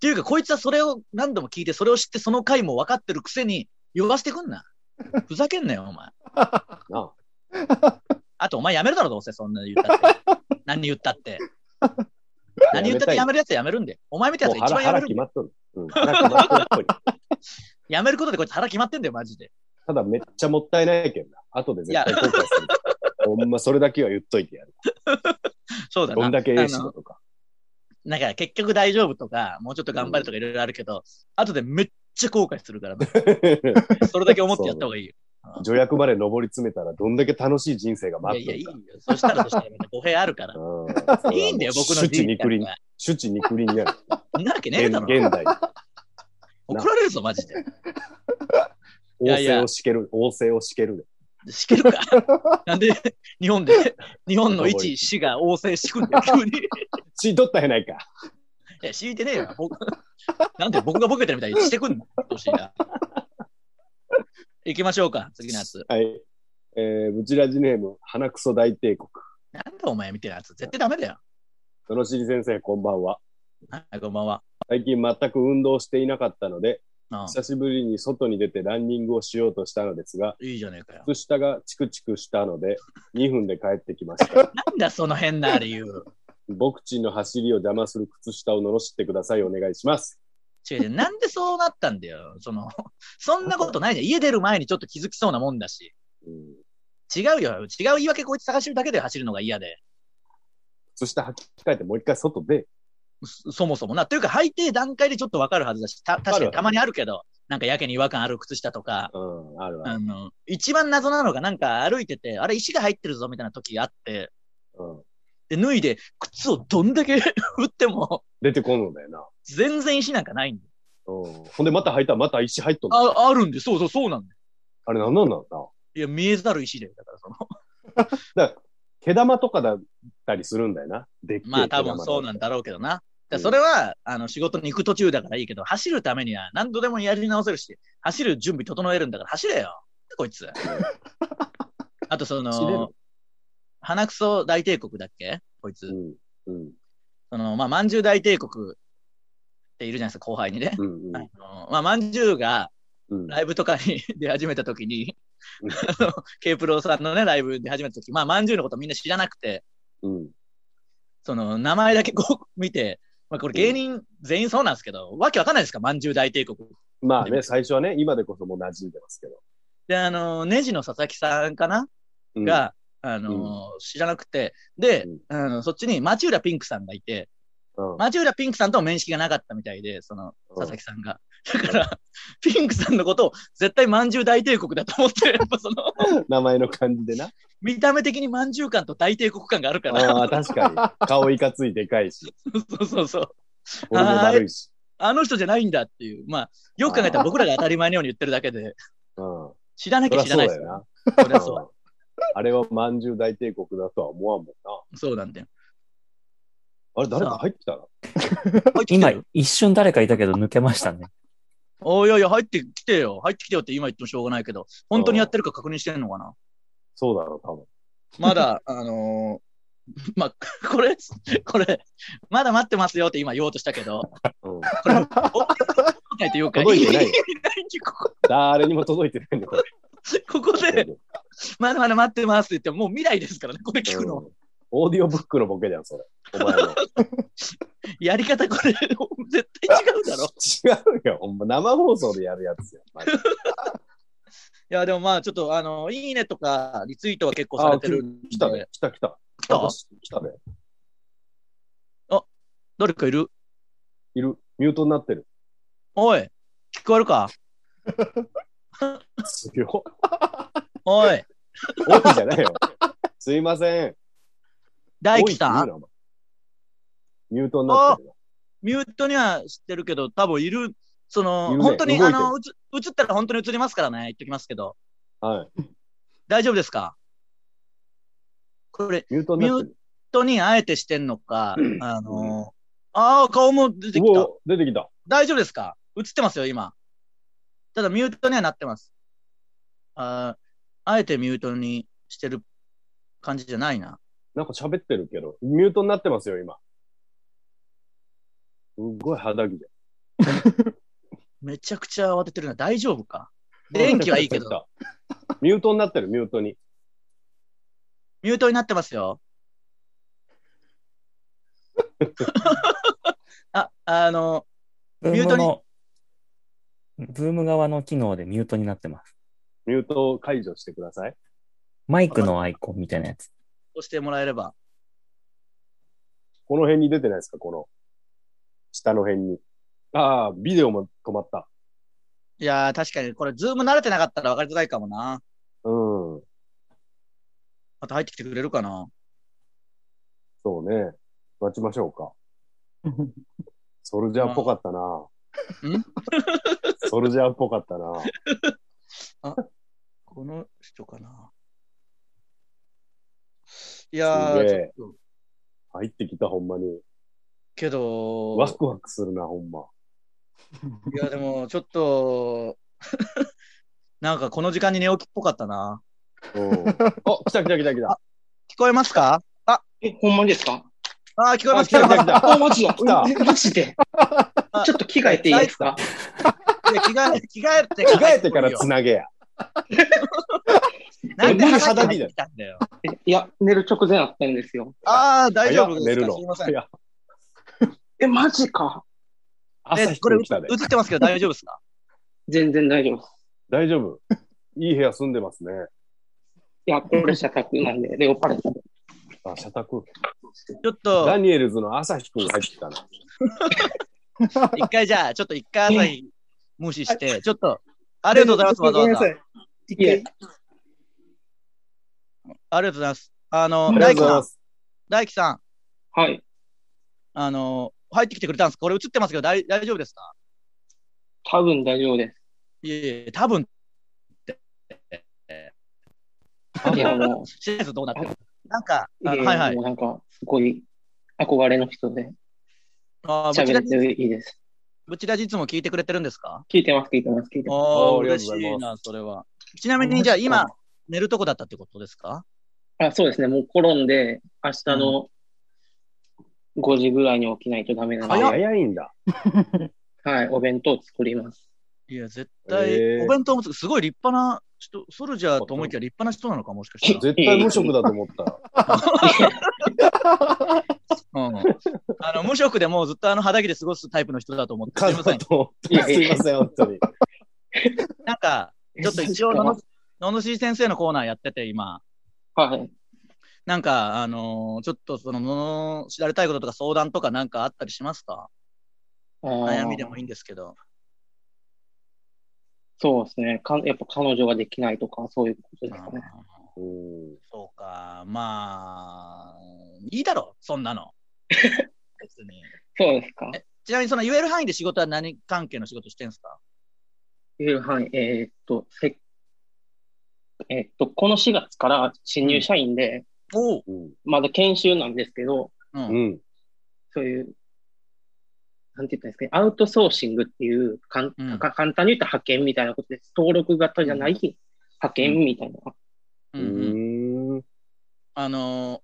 Speaker 1: ていうか、こいつはそれを何度も聞いて、それを知って、その回も分かってるくせに、呼ばせてくん な。ふざけんなよ、お前。
Speaker 2: な
Speaker 1: あと、お前やめるだろ、どうせ、そんな言ったって。 何言ったって。何言ったってやめるやつはやめるんで。お前みた
Speaker 2: あ。
Speaker 1: い
Speaker 2: も
Speaker 1: な
Speaker 2: う
Speaker 1: やつが一番やめ
Speaker 2: 腹、腹
Speaker 1: るん
Speaker 2: 決
Speaker 1: で。
Speaker 2: まっとる。うん。腹決まっとるっぽい。
Speaker 1: やめることでこいつ腹決まってんだよ、マジで。
Speaker 2: ただめっちゃもったいないけんな。後で絶対後悔する。ほんま、それだけは言っといてやる。
Speaker 1: そうだな。
Speaker 2: どんだけええ仕
Speaker 1: あの
Speaker 2: 事か。
Speaker 1: なんか、結局大丈夫とか、もうちょっと頑張るとかいろいろあるけど、後でめっちゃ後悔する から、それだけ思ってやった方がいいよ。
Speaker 2: 助役まで上り詰めたらどんだけ楽しい人生
Speaker 1: い
Speaker 2: が
Speaker 1: や
Speaker 2: 待っ
Speaker 1: い
Speaker 2: て
Speaker 1: や、い
Speaker 2: る
Speaker 1: い
Speaker 2: か
Speaker 1: よ。。そしたら、そしたら、語弊ある から。
Speaker 2: うん
Speaker 1: いいんだよ、僕の
Speaker 2: 主
Speaker 1: 人
Speaker 2: 治
Speaker 1: 生
Speaker 2: 肉林。
Speaker 1: は。
Speaker 2: 主治肉林になる。
Speaker 1: そんなわけねえだろ。
Speaker 2: 現現代。
Speaker 1: 怒られるぞ、マジで。い
Speaker 2: 王
Speaker 1: やいや
Speaker 2: 政を敷ける。王政を敷けるね。
Speaker 1: しけるか なんで、日本で、日本の一市が旺盛しく んだよ、急に。い
Speaker 2: 血取ったやないか。
Speaker 1: や、敷いてねえよ。僕なんで僕がボケてるみたいにしてくんの欲しいな。行きましょうか、次のやつ。
Speaker 2: はい。えー、ブチラジネーム、花クソ大帝国。
Speaker 1: なんだお前みたいなやつ。絶対ダメだよ。
Speaker 2: 野呂尻先生、こんばんは。
Speaker 1: はい、こんばんは。
Speaker 2: 最近全く運動していなかったので、
Speaker 1: あ
Speaker 2: 久しぶりに外に出てランニングをしようとしたのですが、
Speaker 1: いいじゃねえかよ。
Speaker 2: 靴下がチクチクしたので、2分で帰ってき ました。
Speaker 1: なんだその変な理由。
Speaker 2: 僕ちんの走りを邪魔する靴下を罵ってください。お願いします。
Speaker 1: 違う違うなんでそうなったんだよ。その、 そんなことないじゃん。家出る前にちょっと気づきそうなもんだし。
Speaker 2: うん
Speaker 1: 違うよ。違う言い訳こいつ探してるだけで走るのが嫌で。
Speaker 2: 靴下履き替えてもう一回外で、
Speaker 1: そそもそもな。というか、履いて段階でちょっとわかるはずだし、た、確かにたまにあるけど、なんかやけに違和感ある靴下とか、
Speaker 2: うん、あるあ
Speaker 1: あ
Speaker 2: る。
Speaker 1: の、一番謎なのがなんか歩いてて、あれ石が入ってるぞみたいな時があって、
Speaker 2: うん、
Speaker 1: で、脱いで、靴をどんだけ 振っても、
Speaker 2: 出てこんのだよな。
Speaker 1: 全然石なんかないんだよ。
Speaker 2: うん、ほんでまた履いたらまた石入っとんの
Speaker 1: あ、あるんで、そうそうそうなんだよ。
Speaker 2: あれなんなんだろうな。
Speaker 1: いや、見えざる石で、だからその。
Speaker 2: だから毛玉とかだったりするんだよな。でっけえ
Speaker 1: まあ多分そうなんだろうけどな。だからそれは、あの、仕事に行く途中だからいいけど、走るためには何度でもやり直せるし、走る準備整えるんだから走れよ。こいつ。あとそ
Speaker 2: 走れ
Speaker 1: の
Speaker 2: る、
Speaker 1: 鼻くそ大帝国だっけこいつ。
Speaker 2: うんうん
Speaker 1: その、まあ、まんじゅう大帝国っているじゃないですか、後輩にね。
Speaker 2: うん
Speaker 1: あのまあ、まんじゅうが
Speaker 2: うん
Speaker 1: ライブとかに 出始めた時に、あの、K プロさんのね、ライブ出始めた時、まあ、まんじゅうのことみんな知らなくて、
Speaker 2: うん
Speaker 1: その、名前だけこう見 て、まあこれ芸人全員そうなんですけど、わけわかんないですか、まんじゅう大帝国。
Speaker 2: まあね、最初はね、今でこそもう馴染んでますけど。
Speaker 1: で、あの、ネジの佐々木さんかな
Speaker 2: うん、
Speaker 1: が、あの知らなくて、で、
Speaker 2: うん
Speaker 1: あのそっちに町浦ピンクさんがいて、
Speaker 2: うん
Speaker 1: 町浦ピンクさんと面識がなかったみたいで、その、佐々木さんが。だから、ピンクさんのことを絶対まんじゅう大帝国だと思って、やっぱその、
Speaker 2: 名前の感じ でな。
Speaker 1: 見た目的にまんじゅう感と大帝国感があるから、
Speaker 2: ああ、確かに。顔いかついでかいし、
Speaker 1: そうそうそう。
Speaker 2: 俺も悪いし。
Speaker 1: あの人じゃないんだっていう、まあ、よく考えたら僕らが当たり前のように言ってるだけで、
Speaker 2: うん。
Speaker 1: 知らな
Speaker 2: そ
Speaker 1: き
Speaker 2: り
Speaker 1: ゃ
Speaker 2: ゃ
Speaker 1: 知ら
Speaker 2: そう
Speaker 1: ないで
Speaker 2: だ
Speaker 1: すよ。
Speaker 2: よ
Speaker 1: そり
Speaker 2: な。
Speaker 1: ゃそう。
Speaker 2: あれはまんじゅう大帝国だとは思わんもんな。
Speaker 1: そうなんだよ。
Speaker 2: あれ、誰か入ってきたな。
Speaker 1: 入ってきて
Speaker 3: 今
Speaker 1: よ。、
Speaker 3: 一瞬誰かいたけど抜けましたね。
Speaker 1: おいおいおい、入ってきてよ。入ってきてよって今言ってもしょうがないけど、本当にやってるか確認してんのかな
Speaker 2: そうだろう、多分。
Speaker 1: まだ、あのーまあ、これ、これ、まだ待ってますよって今言おうとしたけど、
Speaker 2: うん、
Speaker 1: これ、おないというか、
Speaker 2: 届いてない
Speaker 1: 意味ないし ここ
Speaker 2: 誰にも届い てないんだこれ
Speaker 1: ここで、まだまだ待ってますって言っても、もう未来ですからね、これ聞くの。
Speaker 2: うんオーディオブックのボケじゃん、それ。お前の。
Speaker 1: やり方これ、絶対違うだろ。い
Speaker 2: 違うよ。ほんま生放送でやるや つや。マジで
Speaker 1: や、でもまあ、ちょっと、あの、いいねとか、リツイートは結構されてるんで。
Speaker 2: 来たね。来た来た。
Speaker 1: 来た
Speaker 2: 私来たね。
Speaker 1: 誰かいる
Speaker 2: いる。ミュートになってる。
Speaker 1: おい、聞こえるか
Speaker 2: 強っ。
Speaker 1: おい、
Speaker 2: 多いじゃないよ。すいません。
Speaker 1: 大輝さ
Speaker 2: 多いって
Speaker 1: ん
Speaker 2: 言うなお前ミュートになってるよ。
Speaker 1: ミュートには知ってるけど、多分いる、その、
Speaker 2: いるね
Speaker 1: 本当に、
Speaker 2: 動
Speaker 1: あ
Speaker 2: いてる
Speaker 1: の、うつ映ったら本当に映りますからね、言っときますけど、
Speaker 2: はい。
Speaker 1: 大丈夫ですかこれ、
Speaker 2: ミュートになってる。
Speaker 1: 人にあえてしてんのか、あの、ああ、顔も出てき
Speaker 2: う
Speaker 1: た。
Speaker 2: お、出てきた。
Speaker 1: 大丈夫ですか映ってますよ、今。ただ、ミュートにはなってます。あーあえてミュートにしてる感じじゃないな。
Speaker 2: なんか喋ってるけど、ミュートになってますよ、今。すっごい肌着で。
Speaker 1: めちゃくちゃ慌ててるな。大丈夫か電気はいいけど。
Speaker 2: ど。ミュートになってる、ミュートに。
Speaker 1: ミュートになってます よ。あ、あの、
Speaker 3: ブ
Speaker 1: ミュ
Speaker 3: ー
Speaker 1: ート
Speaker 3: ム
Speaker 1: に
Speaker 3: の、ブーム側の機能でミュートになってます。
Speaker 2: ミュートを解除してください。
Speaker 3: マイクのアイコンみたいなやつ。
Speaker 1: 押してもらえれば。
Speaker 2: この辺に出てないですかこの、下の辺に。ああ、ビデオも止まった。
Speaker 1: いやー、確かに、これ、ズーム慣れてなかったら分かりづらいかもな。
Speaker 2: うん。
Speaker 1: また入ってきてくれるかな。
Speaker 2: そうね。待ちましょう か。ソルジャーっぽかったな。
Speaker 1: うん
Speaker 2: ソルジャーっぽかったな。
Speaker 1: この人かな。いや
Speaker 2: す
Speaker 1: ー、
Speaker 2: げ
Speaker 1: ち
Speaker 2: え
Speaker 1: ょっと、
Speaker 2: 入ってきた、ほんまに。
Speaker 1: けど、
Speaker 2: ワクワクするな、ほんま。
Speaker 1: いや、でも、ちょっと、 なんか、この時間に寝起きっぽかったな。
Speaker 2: うん。あ、来た来た来た来 た。
Speaker 1: 聞こえますか
Speaker 4: え、ほんまにですか
Speaker 1: あー、聞こえます
Speaker 2: あ来た来た
Speaker 4: あ、マジだ。
Speaker 2: 来た
Speaker 4: マジで。ちょっと着替えていいですか
Speaker 1: いや着替え、着替えて
Speaker 2: 着替えてからつなげや。
Speaker 1: なんで
Speaker 2: いい
Speaker 1: 肌
Speaker 2: 肌
Speaker 1: 着
Speaker 2: 着だ
Speaker 1: て
Speaker 2: よ
Speaker 1: きたんだよ。
Speaker 4: えいや、寝る直前あったんですよ。
Speaker 1: ああ、大丈夫
Speaker 2: 早
Speaker 1: で
Speaker 2: っ
Speaker 1: すか。
Speaker 2: 寝るの
Speaker 1: すいません。
Speaker 2: いや、
Speaker 4: え、マジか。
Speaker 2: 朝
Speaker 1: えこれ
Speaker 2: 日来たで
Speaker 1: 映。ってますけど大丈夫ですか
Speaker 4: 全然大丈夫です。
Speaker 2: 大丈夫。いい部屋住んでますね。
Speaker 4: いや、これ社宅なんで、レオパレス。
Speaker 2: あ、社宅。
Speaker 1: ちょっと
Speaker 2: ダ、ニエルズの朝日くん入ってきたな。
Speaker 1: 一回じゃあ、ちょっと一回朝日無視して、ちょっと、ありがとうございます、わざわざ。
Speaker 5: いえ、
Speaker 1: ありがとうございます。あの、
Speaker 2: あ
Speaker 1: 大
Speaker 2: りがとうご
Speaker 1: 輝さ
Speaker 2: ざいま
Speaker 1: ん、
Speaker 2: す。
Speaker 1: 大輝さん、
Speaker 4: はい。
Speaker 1: あの、入ってきてくれたんです。これ映ってますけど大大丈夫ですか
Speaker 4: 多分大丈夫で
Speaker 1: いえいえ、多分、
Speaker 4: す。いや、もう、
Speaker 1: 知らないですどうなってるなんか、
Speaker 4: い
Speaker 1: あ
Speaker 4: や
Speaker 1: のはいはい
Speaker 4: も。うなんか、すごい憧れの人で、
Speaker 1: あーぶち
Speaker 4: 喋
Speaker 1: ラ
Speaker 4: れ
Speaker 1: ジ、
Speaker 4: ていいです。
Speaker 1: ぶちラジいつも聞いてくれてるんですか
Speaker 4: 聞いてます、聞いてます、聞いてま
Speaker 1: ああ、
Speaker 2: ありが
Speaker 1: 嬉
Speaker 2: とう
Speaker 1: し
Speaker 2: ございま
Speaker 1: い
Speaker 2: す
Speaker 1: な、それは。ちなみに、じゃあ今、寝るとこだったってことですか
Speaker 4: す。あ、そうですね。もう転んで、明日の5時ぐらいに起きないとダメなので、
Speaker 1: 早っ
Speaker 2: 早いんだ。
Speaker 4: はい、お弁当を作ります。
Speaker 1: いや、絶対、
Speaker 2: えー
Speaker 1: お弁当もつく、すごい立派な人、ソルジャーと思いきや立派な人なのか、もしかしたら。
Speaker 2: 絶対無職だと思った。
Speaker 1: うん、あの無職でもうずっとあの肌着で過ごすタイプの人だと思 って、す
Speaker 2: 家
Speaker 1: みません
Speaker 2: 族。と。す
Speaker 4: いやいや
Speaker 2: いません、本当に。
Speaker 1: なんか、ちょっと一応のの、ののしり先生のコーナーやってて、今。
Speaker 4: はい。
Speaker 1: なんか、あのーちょっとその、のの知られたいこととか相談とかなんかあったりしますか
Speaker 4: あー
Speaker 1: 悩みでもいいんですけど。
Speaker 4: そうですねか。やっぱ彼女ができないとか、そういうことです
Speaker 1: あ
Speaker 4: か
Speaker 1: ー
Speaker 4: ね。
Speaker 2: うん
Speaker 1: そうか、まあ、いいだろ、そんな の。別に
Speaker 4: そうですか。
Speaker 1: ちなみに、その言える範囲で仕事は何関係の仕事してんすか
Speaker 4: 言える範囲、えーっと、せえーっと、この4月から新入社員で、
Speaker 1: おう。
Speaker 2: うん。
Speaker 4: まだ研修なんですけど、
Speaker 1: う。
Speaker 2: うんん。
Speaker 4: そういう、なんて言ったらいいんですかね、アウトソーシングっていう、かん
Speaker 1: うん
Speaker 4: か簡単に言ったら派遣みたいなことです。登録型じゃない派遣みたいな。
Speaker 1: う
Speaker 2: うん
Speaker 1: うん
Speaker 2: ん。
Speaker 1: あの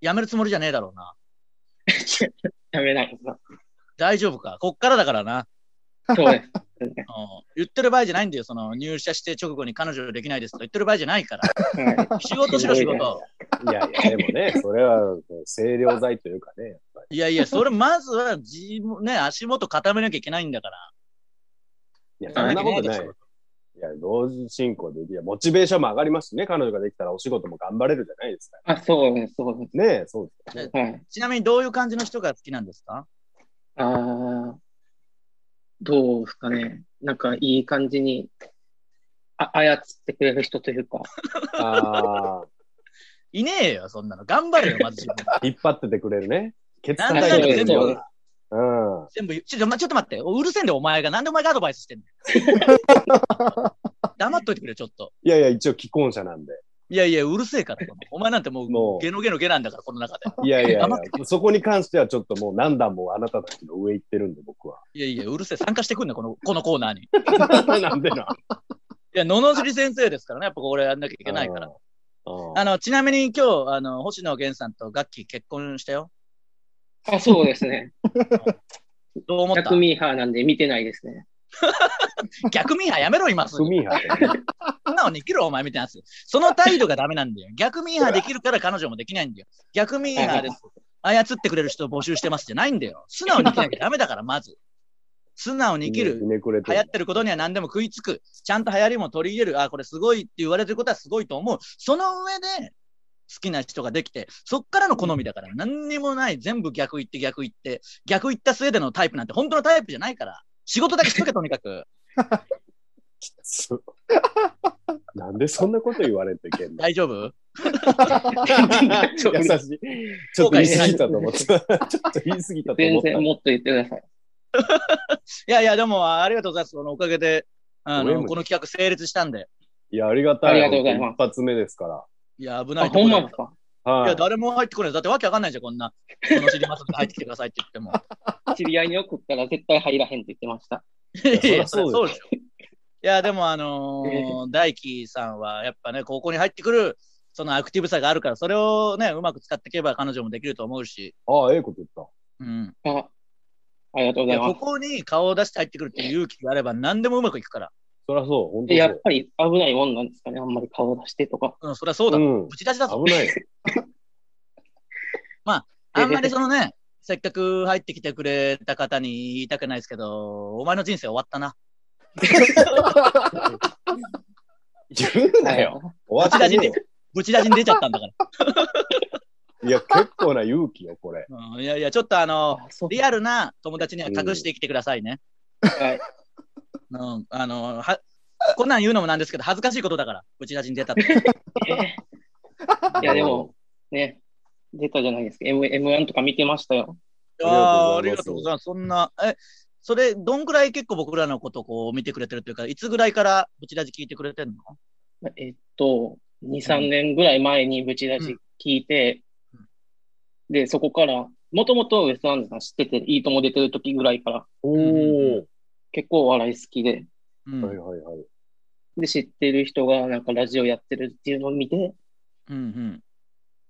Speaker 1: ー、やめるつもりじゃねえだろうな。
Speaker 4: やめないですか。
Speaker 1: 大丈夫か。こっからだからな。
Speaker 4: そうですね。
Speaker 1: うん言ってる場合じゃないんだよ。その入社して直後に彼女できないですとか言ってる場合じゃない から。
Speaker 4: は
Speaker 1: 仕事しろ仕事。
Speaker 2: いやいや、でもね、それは清涼剤というかね、やっぱり。
Speaker 1: いやいや、それまずは自分、ね、足元固めなきゃいけないんだから。
Speaker 2: いや、そんなことない。いや、同時進行で、いや、モチベーションも上がりますしね、彼女ができたらお仕事も頑張れるじゃないですか。
Speaker 4: い。あ、そうです、そうで
Speaker 2: ねえ、そうですよね。
Speaker 4: す。はい。
Speaker 1: ちなみにどういう感じの人が好きなんですか
Speaker 4: ああ、どうですかね。なんかいい感じに、あ、操ってくれる人というか、
Speaker 2: あ
Speaker 1: いねえよ、そんなの。頑張 れよ、まず自分。
Speaker 2: あ、引っ張っててくれるね。ケツ
Speaker 1: なん
Speaker 2: 叩
Speaker 1: だ
Speaker 2: い
Speaker 1: かん
Speaker 2: て
Speaker 1: だ
Speaker 2: くれるよう
Speaker 4: そう
Speaker 2: な。うん。
Speaker 1: 全部言うちょっと、まちょっと待って。うるせえんだよ、お前が。なんでお前がアドバイスしてんの黙っといてくれよ、ちょっと。
Speaker 2: いやいや、一応既婚者なんで。
Speaker 1: いやいや、うるせえから。お前なんてもう、
Speaker 2: もう
Speaker 1: ゲノゲノゲなんだから、この中で。
Speaker 2: いやいやいや
Speaker 1: 黙っ、
Speaker 2: そこに関してはちょっともう何段もあなたたちの上行ってるんで、僕は。
Speaker 1: いやいや、うるせえ。参加してくんねこの、 このコーナーに。い
Speaker 2: なんでな。
Speaker 1: や、ののしり先生ですからね。やっぱこれやんなきゃいけないから。
Speaker 2: うん。
Speaker 1: あの、ちなみに今日、あの、星野源さんとガッキー結婚したよ。
Speaker 4: あ、そうですね。
Speaker 1: どう思った
Speaker 4: 逆ミーハーなんで見てないですね。
Speaker 1: 逆ミーハーやめろ、今すぐ
Speaker 2: 組。み派ね
Speaker 1: そんなのにきろ、お前みたいなやつ。その態度がダメなんだよ。逆ミーハーできるから彼女もできないんだよ。逆ミーハーです。操ってくれる人を募集してますじゃないんだよ。素直に生きなきゃダメだから、まず。素直に生き
Speaker 2: ひ
Speaker 1: る。
Speaker 2: ねくれて
Speaker 1: 流
Speaker 2: る
Speaker 1: 行ってることには何でも食いつく。ちゃんと流行りも取り入れる。あ、これすごいって言われてることはすごいと思う。その上で、好きな人ができて、そっからの好みだから、何にもない。全部逆言って逆言って、逆言った末でのタイプなんて本当のタイプじゃないから。仕事だけしとけ、とにかく。
Speaker 2: そうなんでそんなこと言われて けんの
Speaker 1: 大丈夫
Speaker 2: 優しい。ちょっと言い過ぎたと思った。 ちょっと言い過ぎたと思
Speaker 4: 全
Speaker 2: った。
Speaker 4: 然もっと言ってください。
Speaker 1: いやいや、でも、ありがとうございます。そのおかげで、あ
Speaker 2: ご縁
Speaker 1: の、
Speaker 2: も
Speaker 1: この企画成立したんで。
Speaker 2: いや、ありがたい。
Speaker 4: ありがとうございます
Speaker 2: 一発目ですか
Speaker 1: いや、危な
Speaker 4: あ、
Speaker 1: いとこ
Speaker 4: ほん
Speaker 1: だ
Speaker 4: ま
Speaker 1: っ
Speaker 4: ですか
Speaker 2: ら。
Speaker 1: たい
Speaker 2: は
Speaker 1: や、
Speaker 2: い。
Speaker 1: 誰も入ってこない。だってわけわかんないじゃん、こんな。この知りませんで入ってきてくださいって言っても。
Speaker 4: 知り合いに送ったら絶対入らへんって言ってました。
Speaker 1: いやい
Speaker 2: い
Speaker 1: や
Speaker 2: や
Speaker 1: そりゃそ
Speaker 2: そう
Speaker 1: でしょ。いや、でも、あの
Speaker 4: え
Speaker 1: ー、大輝さんは、やっぱね、高校に入ってくる、そのアクティブさがあるから、それをね、うまく使っていけば彼女もできると思うし。
Speaker 2: ああ、ええこと言った。
Speaker 1: うん。
Speaker 4: あ、ありりがとう
Speaker 1: い
Speaker 4: ござい
Speaker 1: や
Speaker 4: ま
Speaker 1: こ
Speaker 4: す。
Speaker 1: こに顔を出して入ってくるっていう勇気があれば何でもうまくいくから。
Speaker 2: そりゃそう、本当
Speaker 4: で
Speaker 2: に
Speaker 4: や
Speaker 2: そ
Speaker 4: っぱり危ないもんなんですかね、あんまり顔出してとか。
Speaker 1: うん、そりゃそうだ。
Speaker 2: う。
Speaker 1: ぶち出し だぞ
Speaker 2: うん、。危ないよ。
Speaker 1: あんまりそのね、せっかく入ってきてくれた方に言いたくないですけど、お前の人生終わったな。
Speaker 2: 言うなよ。。
Speaker 1: ぶ
Speaker 2: 終
Speaker 1: ち
Speaker 2: わ
Speaker 1: 出し
Speaker 2: っ
Speaker 1: に
Speaker 2: て
Speaker 1: 出
Speaker 2: よ。
Speaker 1: ぶち出しに出ちゃったんだから。
Speaker 2: いや、結構な勇気よ、これ。
Speaker 1: うん、いやいや、ちょっとあの、
Speaker 4: そう
Speaker 1: リアルな友達には隠して生きてくださいね。
Speaker 4: はい
Speaker 1: うん、あの、は、こんなん言うのもなんですけど、恥ずかしいことだから、ぶち出しに出たって。
Speaker 4: えーいや、でも、ね、出たじゃないですか。M- M1 とか見てましたよ。
Speaker 1: あーあ
Speaker 2: あ
Speaker 1: り
Speaker 2: り
Speaker 1: が
Speaker 2: が
Speaker 1: と
Speaker 2: と
Speaker 1: う
Speaker 2: う
Speaker 1: ござ
Speaker 2: ござ
Speaker 1: います。そんな、え、それ、どんくらい結構僕らのことをこう見てくれてるというか、いつぐらいからぶち出し聞いてくれてるの
Speaker 4: えっと、2、3年ぐらい前にブチラジ聞いて
Speaker 1: う、
Speaker 4: で、そこから、もともとウエストランドさん知ってて、いいとも出てる時ぐらいから、
Speaker 2: お
Speaker 1: ん
Speaker 2: ー。
Speaker 4: 結構お笑い好きで、
Speaker 1: うん。
Speaker 2: はいはいはい。
Speaker 4: で、知ってる人がなんかラジオやってるっていうのを見て、
Speaker 1: うんうん。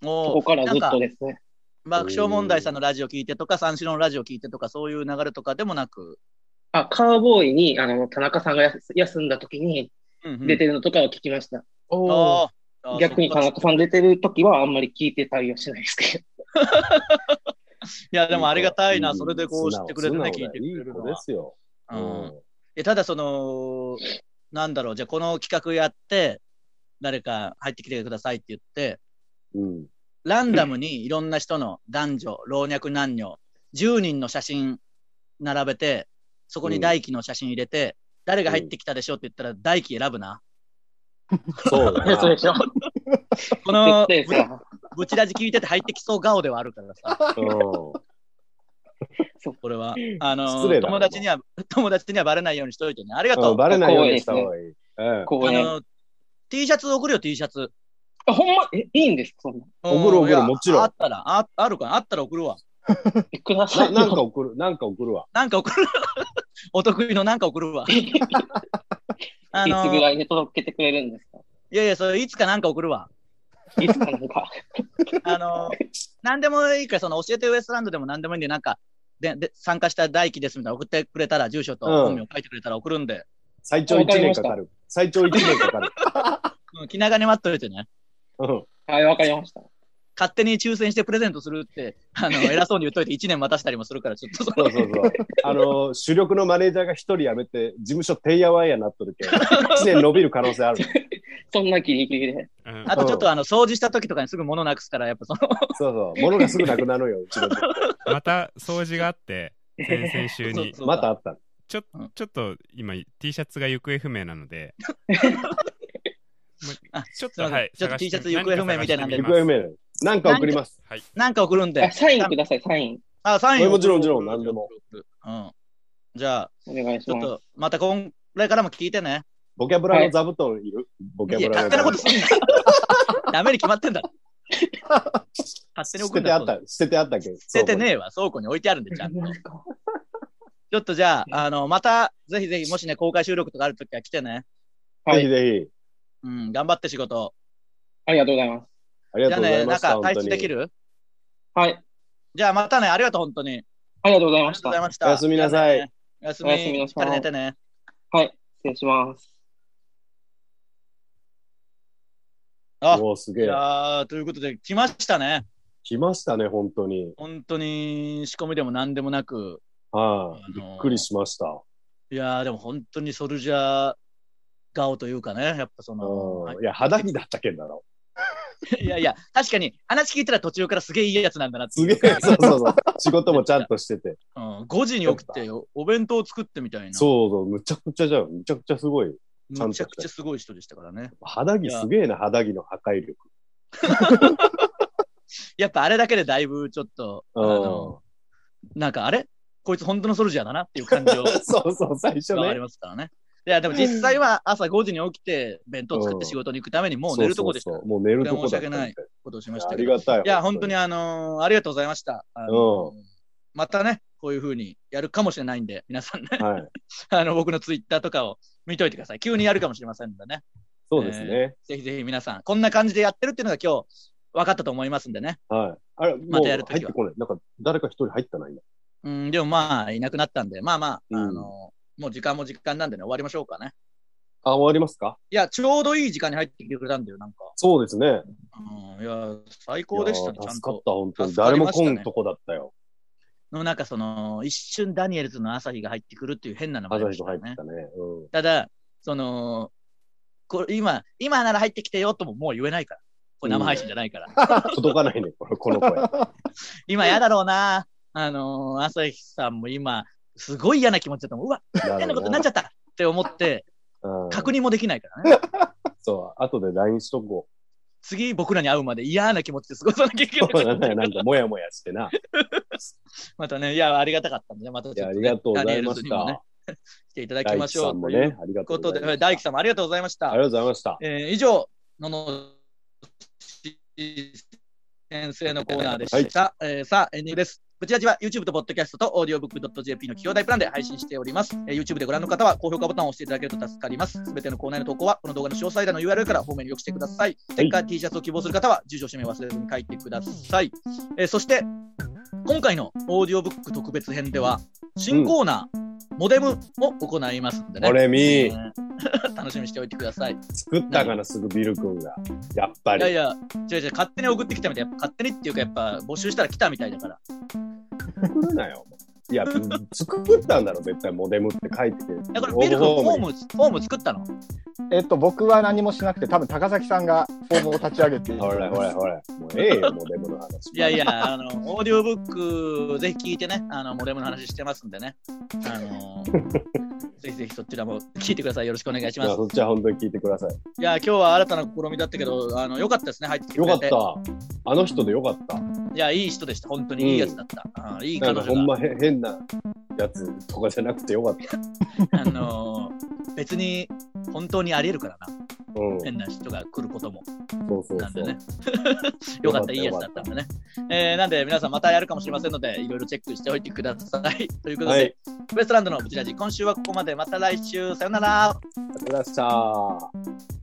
Speaker 4: そ
Speaker 1: お
Speaker 4: こ
Speaker 1: ー
Speaker 4: からずっ
Speaker 1: なん
Speaker 4: と
Speaker 1: か
Speaker 4: ですね。
Speaker 1: 爆笑問題さんのラジオ聞いてとか、三四郎のラジオ聞いてとか、そういう流れとかでもなく、
Speaker 4: あ、カーボーイに、あの、田中さんがやす休んだ時に
Speaker 1: うんうん
Speaker 4: 出てるのとかは聞きました。
Speaker 2: おー。
Speaker 1: あーあー
Speaker 4: 逆に
Speaker 1: そ
Speaker 4: 田
Speaker 1: っか
Speaker 4: 中さん出てる時はあんまり聞いてたりはしないですけど。
Speaker 1: いや、でもありがたいな、
Speaker 2: ん
Speaker 1: それでこう知ってくれてね、
Speaker 2: 素
Speaker 1: 聞い
Speaker 2: 直
Speaker 1: てく
Speaker 2: だ
Speaker 1: れ
Speaker 2: いい
Speaker 1: るの
Speaker 2: 子で
Speaker 1: は。
Speaker 2: すよ。
Speaker 1: う
Speaker 2: うん
Speaker 1: んえただ、その、なんだろう、じゃあこの企画やって、誰か入ってきてくださいって言って、
Speaker 2: うん。
Speaker 1: ランダムにいろんな人の男女、老若男女、10人の写真並べて、そこに大輝の写真入れて、誰が入ってきたでしょうって言ったら、大輝選ぶな。
Speaker 2: そうだ
Speaker 4: そう
Speaker 2: な
Speaker 4: で。しょ。絶
Speaker 1: この、
Speaker 4: 対さ、
Speaker 1: ぶちラジ聞いてて入ってきそう顔ではあるからさ、
Speaker 2: うん
Speaker 1: これは。あの
Speaker 2: 失礼だな
Speaker 1: 友達には、友達にはバレないようにしといてね。ありが
Speaker 2: う
Speaker 1: と
Speaker 2: ん。
Speaker 1: う。あ
Speaker 2: バレないようにした方がいい。うん
Speaker 4: こうね。
Speaker 1: の、T シャツ送るよ、T シャツ。
Speaker 4: あ、ほんま、え、いいんですかそんな。
Speaker 2: 送る送る
Speaker 1: いや
Speaker 2: もちろん
Speaker 1: あったら、ああるか、あったら送るわ。
Speaker 4: えくださ。
Speaker 2: ないなんか送る、なんか送るわ。
Speaker 1: なんか送る。 お得意のなんか送 るわ。あ
Speaker 4: いつぐ
Speaker 1: の、
Speaker 4: らいで届けてくれるんですか
Speaker 1: いやいや、それいつかなんか送るわ。
Speaker 4: いつかなんか。
Speaker 1: あ の、なんでもいいから、その教えてウエストランドでもなんでもいいんで、なんか、で、で、参加した大輝ですみたいな送ってくれたら、住所と本名書いてくれたら送るんで、
Speaker 2: 最長1年かかる。最長1年か かる。
Speaker 1: うん、気長に待っといてね。
Speaker 2: うん
Speaker 4: はい、わかりました。
Speaker 1: 勝手に抽選してプレゼントするって、あ の、偉そうに言っといて1年待たしたりもするから、ちょっとその
Speaker 2: そうそうそう。あの、主力のマネージャーが1人辞めて、事務所てんやわんやなっとるけん、1年伸びる可能性ある。
Speaker 4: そんなギリギリで。
Speaker 5: うん
Speaker 1: あとちょっとあの、掃除した時とかにすぐ物なくすから、やっぱその、、
Speaker 2: そうそう。物がすぐなくなるよ、うちの。
Speaker 5: また掃除があって、先々週に
Speaker 1: そう
Speaker 2: またあった。
Speaker 5: ちょ
Speaker 1: うん
Speaker 5: ちょっと今 T シャツが行方不明な ので、
Speaker 1: あ
Speaker 5: ちょっ
Speaker 1: すい
Speaker 5: と
Speaker 1: ません
Speaker 5: はい、
Speaker 1: ちょっと T シャツ行
Speaker 5: 探して
Speaker 1: 方不明みたいなんで
Speaker 5: 何
Speaker 2: 行
Speaker 5: か探
Speaker 2: 方不明
Speaker 5: してみ
Speaker 2: だよ。なんか送ります。
Speaker 1: なんか送るんで
Speaker 4: あ、。サインください、サイン。
Speaker 1: あ、サイン
Speaker 2: もちろんもちろん何でも。
Speaker 1: うん。じゃあ、
Speaker 4: お願いし
Speaker 1: ちょっ
Speaker 4: ます。
Speaker 1: と、またこんこれからも聞いてね。
Speaker 2: ボキャブラの座布団いるボキャ
Speaker 1: いや、
Speaker 2: ブラ
Speaker 1: 勝
Speaker 2: の
Speaker 1: 手
Speaker 2: 座
Speaker 1: なこと。すんな。 ダ
Speaker 2: 布団
Speaker 1: メに決まってんだろ。勝手に
Speaker 2: 捨
Speaker 1: 送
Speaker 2: て
Speaker 1: ん
Speaker 2: て
Speaker 1: だ
Speaker 2: あ
Speaker 1: ろ
Speaker 2: った、捨ててあったけん。
Speaker 1: 捨ててねえわ。倉庫に置いてあるんで、ちゃんと。ちょっとじゃあ、あの、また、ぜひぜひ、もしね、公開収録とかあるときは来てね。
Speaker 2: 倉庫
Speaker 4: は
Speaker 2: に。
Speaker 4: い。
Speaker 2: ぜひぜひ。
Speaker 1: うん、頑張って仕事。
Speaker 4: ありがとうございます。
Speaker 2: あり
Speaker 1: じ
Speaker 2: が
Speaker 1: ゃ
Speaker 2: と
Speaker 1: あ
Speaker 2: うござ
Speaker 1: ね、な
Speaker 2: いま
Speaker 1: ん
Speaker 2: した。
Speaker 1: か退出でき
Speaker 2: る。
Speaker 1: る
Speaker 4: はい。
Speaker 1: じゃあまたね、ありがとう、本当に。
Speaker 4: ありがとうござい
Speaker 1: あり
Speaker 4: ま
Speaker 1: が
Speaker 4: し
Speaker 1: とうご
Speaker 4: た。
Speaker 1: ざい
Speaker 4: は
Speaker 1: ました。
Speaker 2: おやすみなさい
Speaker 1: じゃあね。おやす
Speaker 4: おやすみ
Speaker 1: み。
Speaker 4: な
Speaker 1: しっ
Speaker 4: さ
Speaker 1: か
Speaker 4: い
Speaker 1: り寝てね。
Speaker 4: い。失礼します。
Speaker 1: あ
Speaker 2: おーすげ
Speaker 1: い
Speaker 2: え。
Speaker 1: やー、ということで、来ましたね。
Speaker 2: 来ましたね、本当に。
Speaker 1: 本当に、仕込みでも何でもなく。
Speaker 2: は
Speaker 1: あのー
Speaker 2: い。びっくりしました。
Speaker 1: いやー、でも本当にソルジャー顔というかね、やっぱその、
Speaker 2: うん。いや、肌着だったけんだろ。
Speaker 1: いやいや、確かに話聞いたら途中からすげえいいやつなんだなってい
Speaker 2: す
Speaker 1: う。
Speaker 2: げえ、そうそうそう。仕事もちゃんとしてて。
Speaker 1: うん、5時に起きておお弁当作ってみたいな。
Speaker 2: そうそう、むちゃくちゃじゃん。むちゃくちゃすごい。ちゃんと
Speaker 1: むちゃくちゃすごい人でしたからね。
Speaker 2: 肌着すげえな、肌着の破壊力。
Speaker 1: やっぱあれだけでだいぶちょっと、あ
Speaker 2: うん。
Speaker 1: のなんかあれこいつ本当のソルジャーだなっていう感 情
Speaker 2: そうそう、最初
Speaker 1: があ
Speaker 2: ね
Speaker 1: り。ますからね。いや、でも実際は朝5時に起きて弁当作って仕事に行くためにもう寝るとこでした
Speaker 2: そう
Speaker 1: こ
Speaker 2: そうそうもう寝るとこだ
Speaker 1: これは
Speaker 2: った
Speaker 1: 申し訳
Speaker 2: み
Speaker 1: な
Speaker 2: た
Speaker 1: い
Speaker 2: い。
Speaker 1: とをしました
Speaker 2: あ
Speaker 1: け
Speaker 2: り
Speaker 1: ど。い
Speaker 2: がたい。
Speaker 1: や、本当にあのーありがとうございました。あのーまたね、こういう風にやるかもしれないんで、皆さんね、
Speaker 2: はい。
Speaker 1: あの、僕のツイッターとかを見といてください。急にやるかもしれませんのでね。
Speaker 2: そうですね。
Speaker 1: ぜひぜひ皆さん、こんな感じでやってるっていうのが今日分かったと思いますんでね。
Speaker 2: はい。あれ、
Speaker 1: ま
Speaker 2: もう
Speaker 1: たや
Speaker 2: 入
Speaker 1: る
Speaker 2: っ
Speaker 1: ときは
Speaker 2: てこない。なんか、誰か一人入ったな、今。
Speaker 1: うん、でもまあ、いなくなったんで、まあまあ、
Speaker 2: うん
Speaker 1: あの、もう時間も時間なんでね、終わりましょうかね。
Speaker 2: あ、終わりますか
Speaker 1: いや、ちょうどいい時間に入ってきてくれたんだよ、なんか。
Speaker 2: そうですね。
Speaker 1: うん、いや、最高でしたね
Speaker 2: い、
Speaker 1: ち
Speaker 2: や
Speaker 1: ゃん
Speaker 2: 助かっ
Speaker 1: と。
Speaker 2: た、本当に。
Speaker 1: 助か
Speaker 2: 誰
Speaker 1: り
Speaker 2: も
Speaker 1: ました
Speaker 2: 来
Speaker 1: ね
Speaker 2: んとこだったよ。
Speaker 1: でもなんかその、一瞬ダニエルズの朝日が入ってくるっていう変なのもあり
Speaker 2: 朝
Speaker 1: ま
Speaker 2: 日
Speaker 1: し
Speaker 2: と
Speaker 1: た
Speaker 2: 入
Speaker 1: よ
Speaker 2: って
Speaker 1: ね
Speaker 2: き。たね。うん。
Speaker 1: ただ、その、これ今、今なら入ってきてよとももう言えないから。これ生配信じゃないから。
Speaker 2: 届かないね、このこ の声。
Speaker 1: 今やだろうな。あのー朝日さんも今、すごい嫌な気持ちだと思う。うわ、変なことになっちゃったって思って、
Speaker 2: うん
Speaker 1: 確認もできないからね。
Speaker 2: そう、後で LINE しとこ
Speaker 1: 次、僕らに会うまで嫌な気持ちで過ごさなきゃいけな
Speaker 2: う。そう
Speaker 1: い。
Speaker 2: だね、なんかもやもやしてな。
Speaker 1: またね、いや、ありがたかったんでね、また
Speaker 2: い
Speaker 1: ちょ
Speaker 2: や、あ
Speaker 1: っ
Speaker 2: り
Speaker 1: と、
Speaker 2: が
Speaker 1: ね
Speaker 2: と、うご
Speaker 1: ダニ
Speaker 2: ざ
Speaker 1: エ
Speaker 2: い
Speaker 1: ル
Speaker 2: ま
Speaker 1: ズ
Speaker 2: し
Speaker 1: にも
Speaker 2: た。
Speaker 1: ね、来ていただき
Speaker 2: 大
Speaker 1: ま
Speaker 2: 輝
Speaker 1: しょ
Speaker 2: さ
Speaker 1: うんと
Speaker 2: も
Speaker 1: いう
Speaker 2: ね、ありがと
Speaker 1: こ
Speaker 2: う
Speaker 1: と
Speaker 2: ござ
Speaker 1: で、
Speaker 2: いました。
Speaker 1: 大輝さんもありがとうございました
Speaker 2: あり。がとうございました。
Speaker 1: えー以上、野々先生のコーナーでした。えーさあ、エンディングです。ブチラジは YouTube と Podcast と audiobook.jp の企業大プランで配信しております、えー YouTube でご覧の方は高評価ボタンを押していただけると助かります。すべてのコーナーへの投稿はこの動画の詳細欄の URL から方面によくしてください。ステッカー T シャツを希望する方は住所氏名忘れずに書いてください。えーそして、今回のオーディオブック特別編では新コーナー、モデムを行いますんでね。
Speaker 2: これみ
Speaker 1: えー 楽しみにしておいてください。
Speaker 2: 作ったかな、すぐビル君が。やっぱ
Speaker 1: いやい
Speaker 2: り。
Speaker 1: や、違う違う、勝手に送ってきたみたい。やっぱ勝手にっていうか、やっぱ募集したら来たみたいだから。
Speaker 2: 作るなよ。いや、作ったんだろ、絶対モデムって書いて。
Speaker 1: だから、ビル君、フォ
Speaker 2: 応募フォ
Speaker 1: ー
Speaker 2: ーム
Speaker 1: ム、フォーム作ったの
Speaker 6: えっと、僕は何もしなくて、多分高崎さんがフォームを立ち上げて。
Speaker 2: にほらほらほら。もうええ よ、モデムの話。
Speaker 1: いやいや、あの、オーディオブック、ぜひ聞いてね、あの、モデムの話してますんでね。あ の、ぜひぜひそちらも聞いてください。よろしくお願いし
Speaker 2: い
Speaker 1: ま
Speaker 2: や
Speaker 1: す。
Speaker 2: そっちは本当に聞いてください。
Speaker 1: いや、今日は新たな試みだったけど、あの、良かったですね、入ってきて
Speaker 2: よ
Speaker 1: く
Speaker 2: か
Speaker 1: れ。
Speaker 2: ってた。あの人でよかった。
Speaker 1: いや、いい人でした。本当にいいやつだった。あいい
Speaker 2: な
Speaker 1: 彼
Speaker 2: んか
Speaker 1: 女
Speaker 2: ほん
Speaker 1: が。
Speaker 2: まへ変なやつとかじゃなくてよかった。
Speaker 1: あの、別に、本当にあり得るからな。
Speaker 2: うん。
Speaker 1: 変な人が来ることも。
Speaker 2: そうそう
Speaker 1: なんで
Speaker 2: そ う。
Speaker 1: ね。よかった、いいやつだったんでね。えー、なんで、皆さんまたやるかもしれませんので、いろいろチェックしておいてください。ということで、
Speaker 2: はい。
Speaker 1: ウエストランドのブチラジ、今週はここまで。また来週、さよなら。
Speaker 2: ありがとうございました。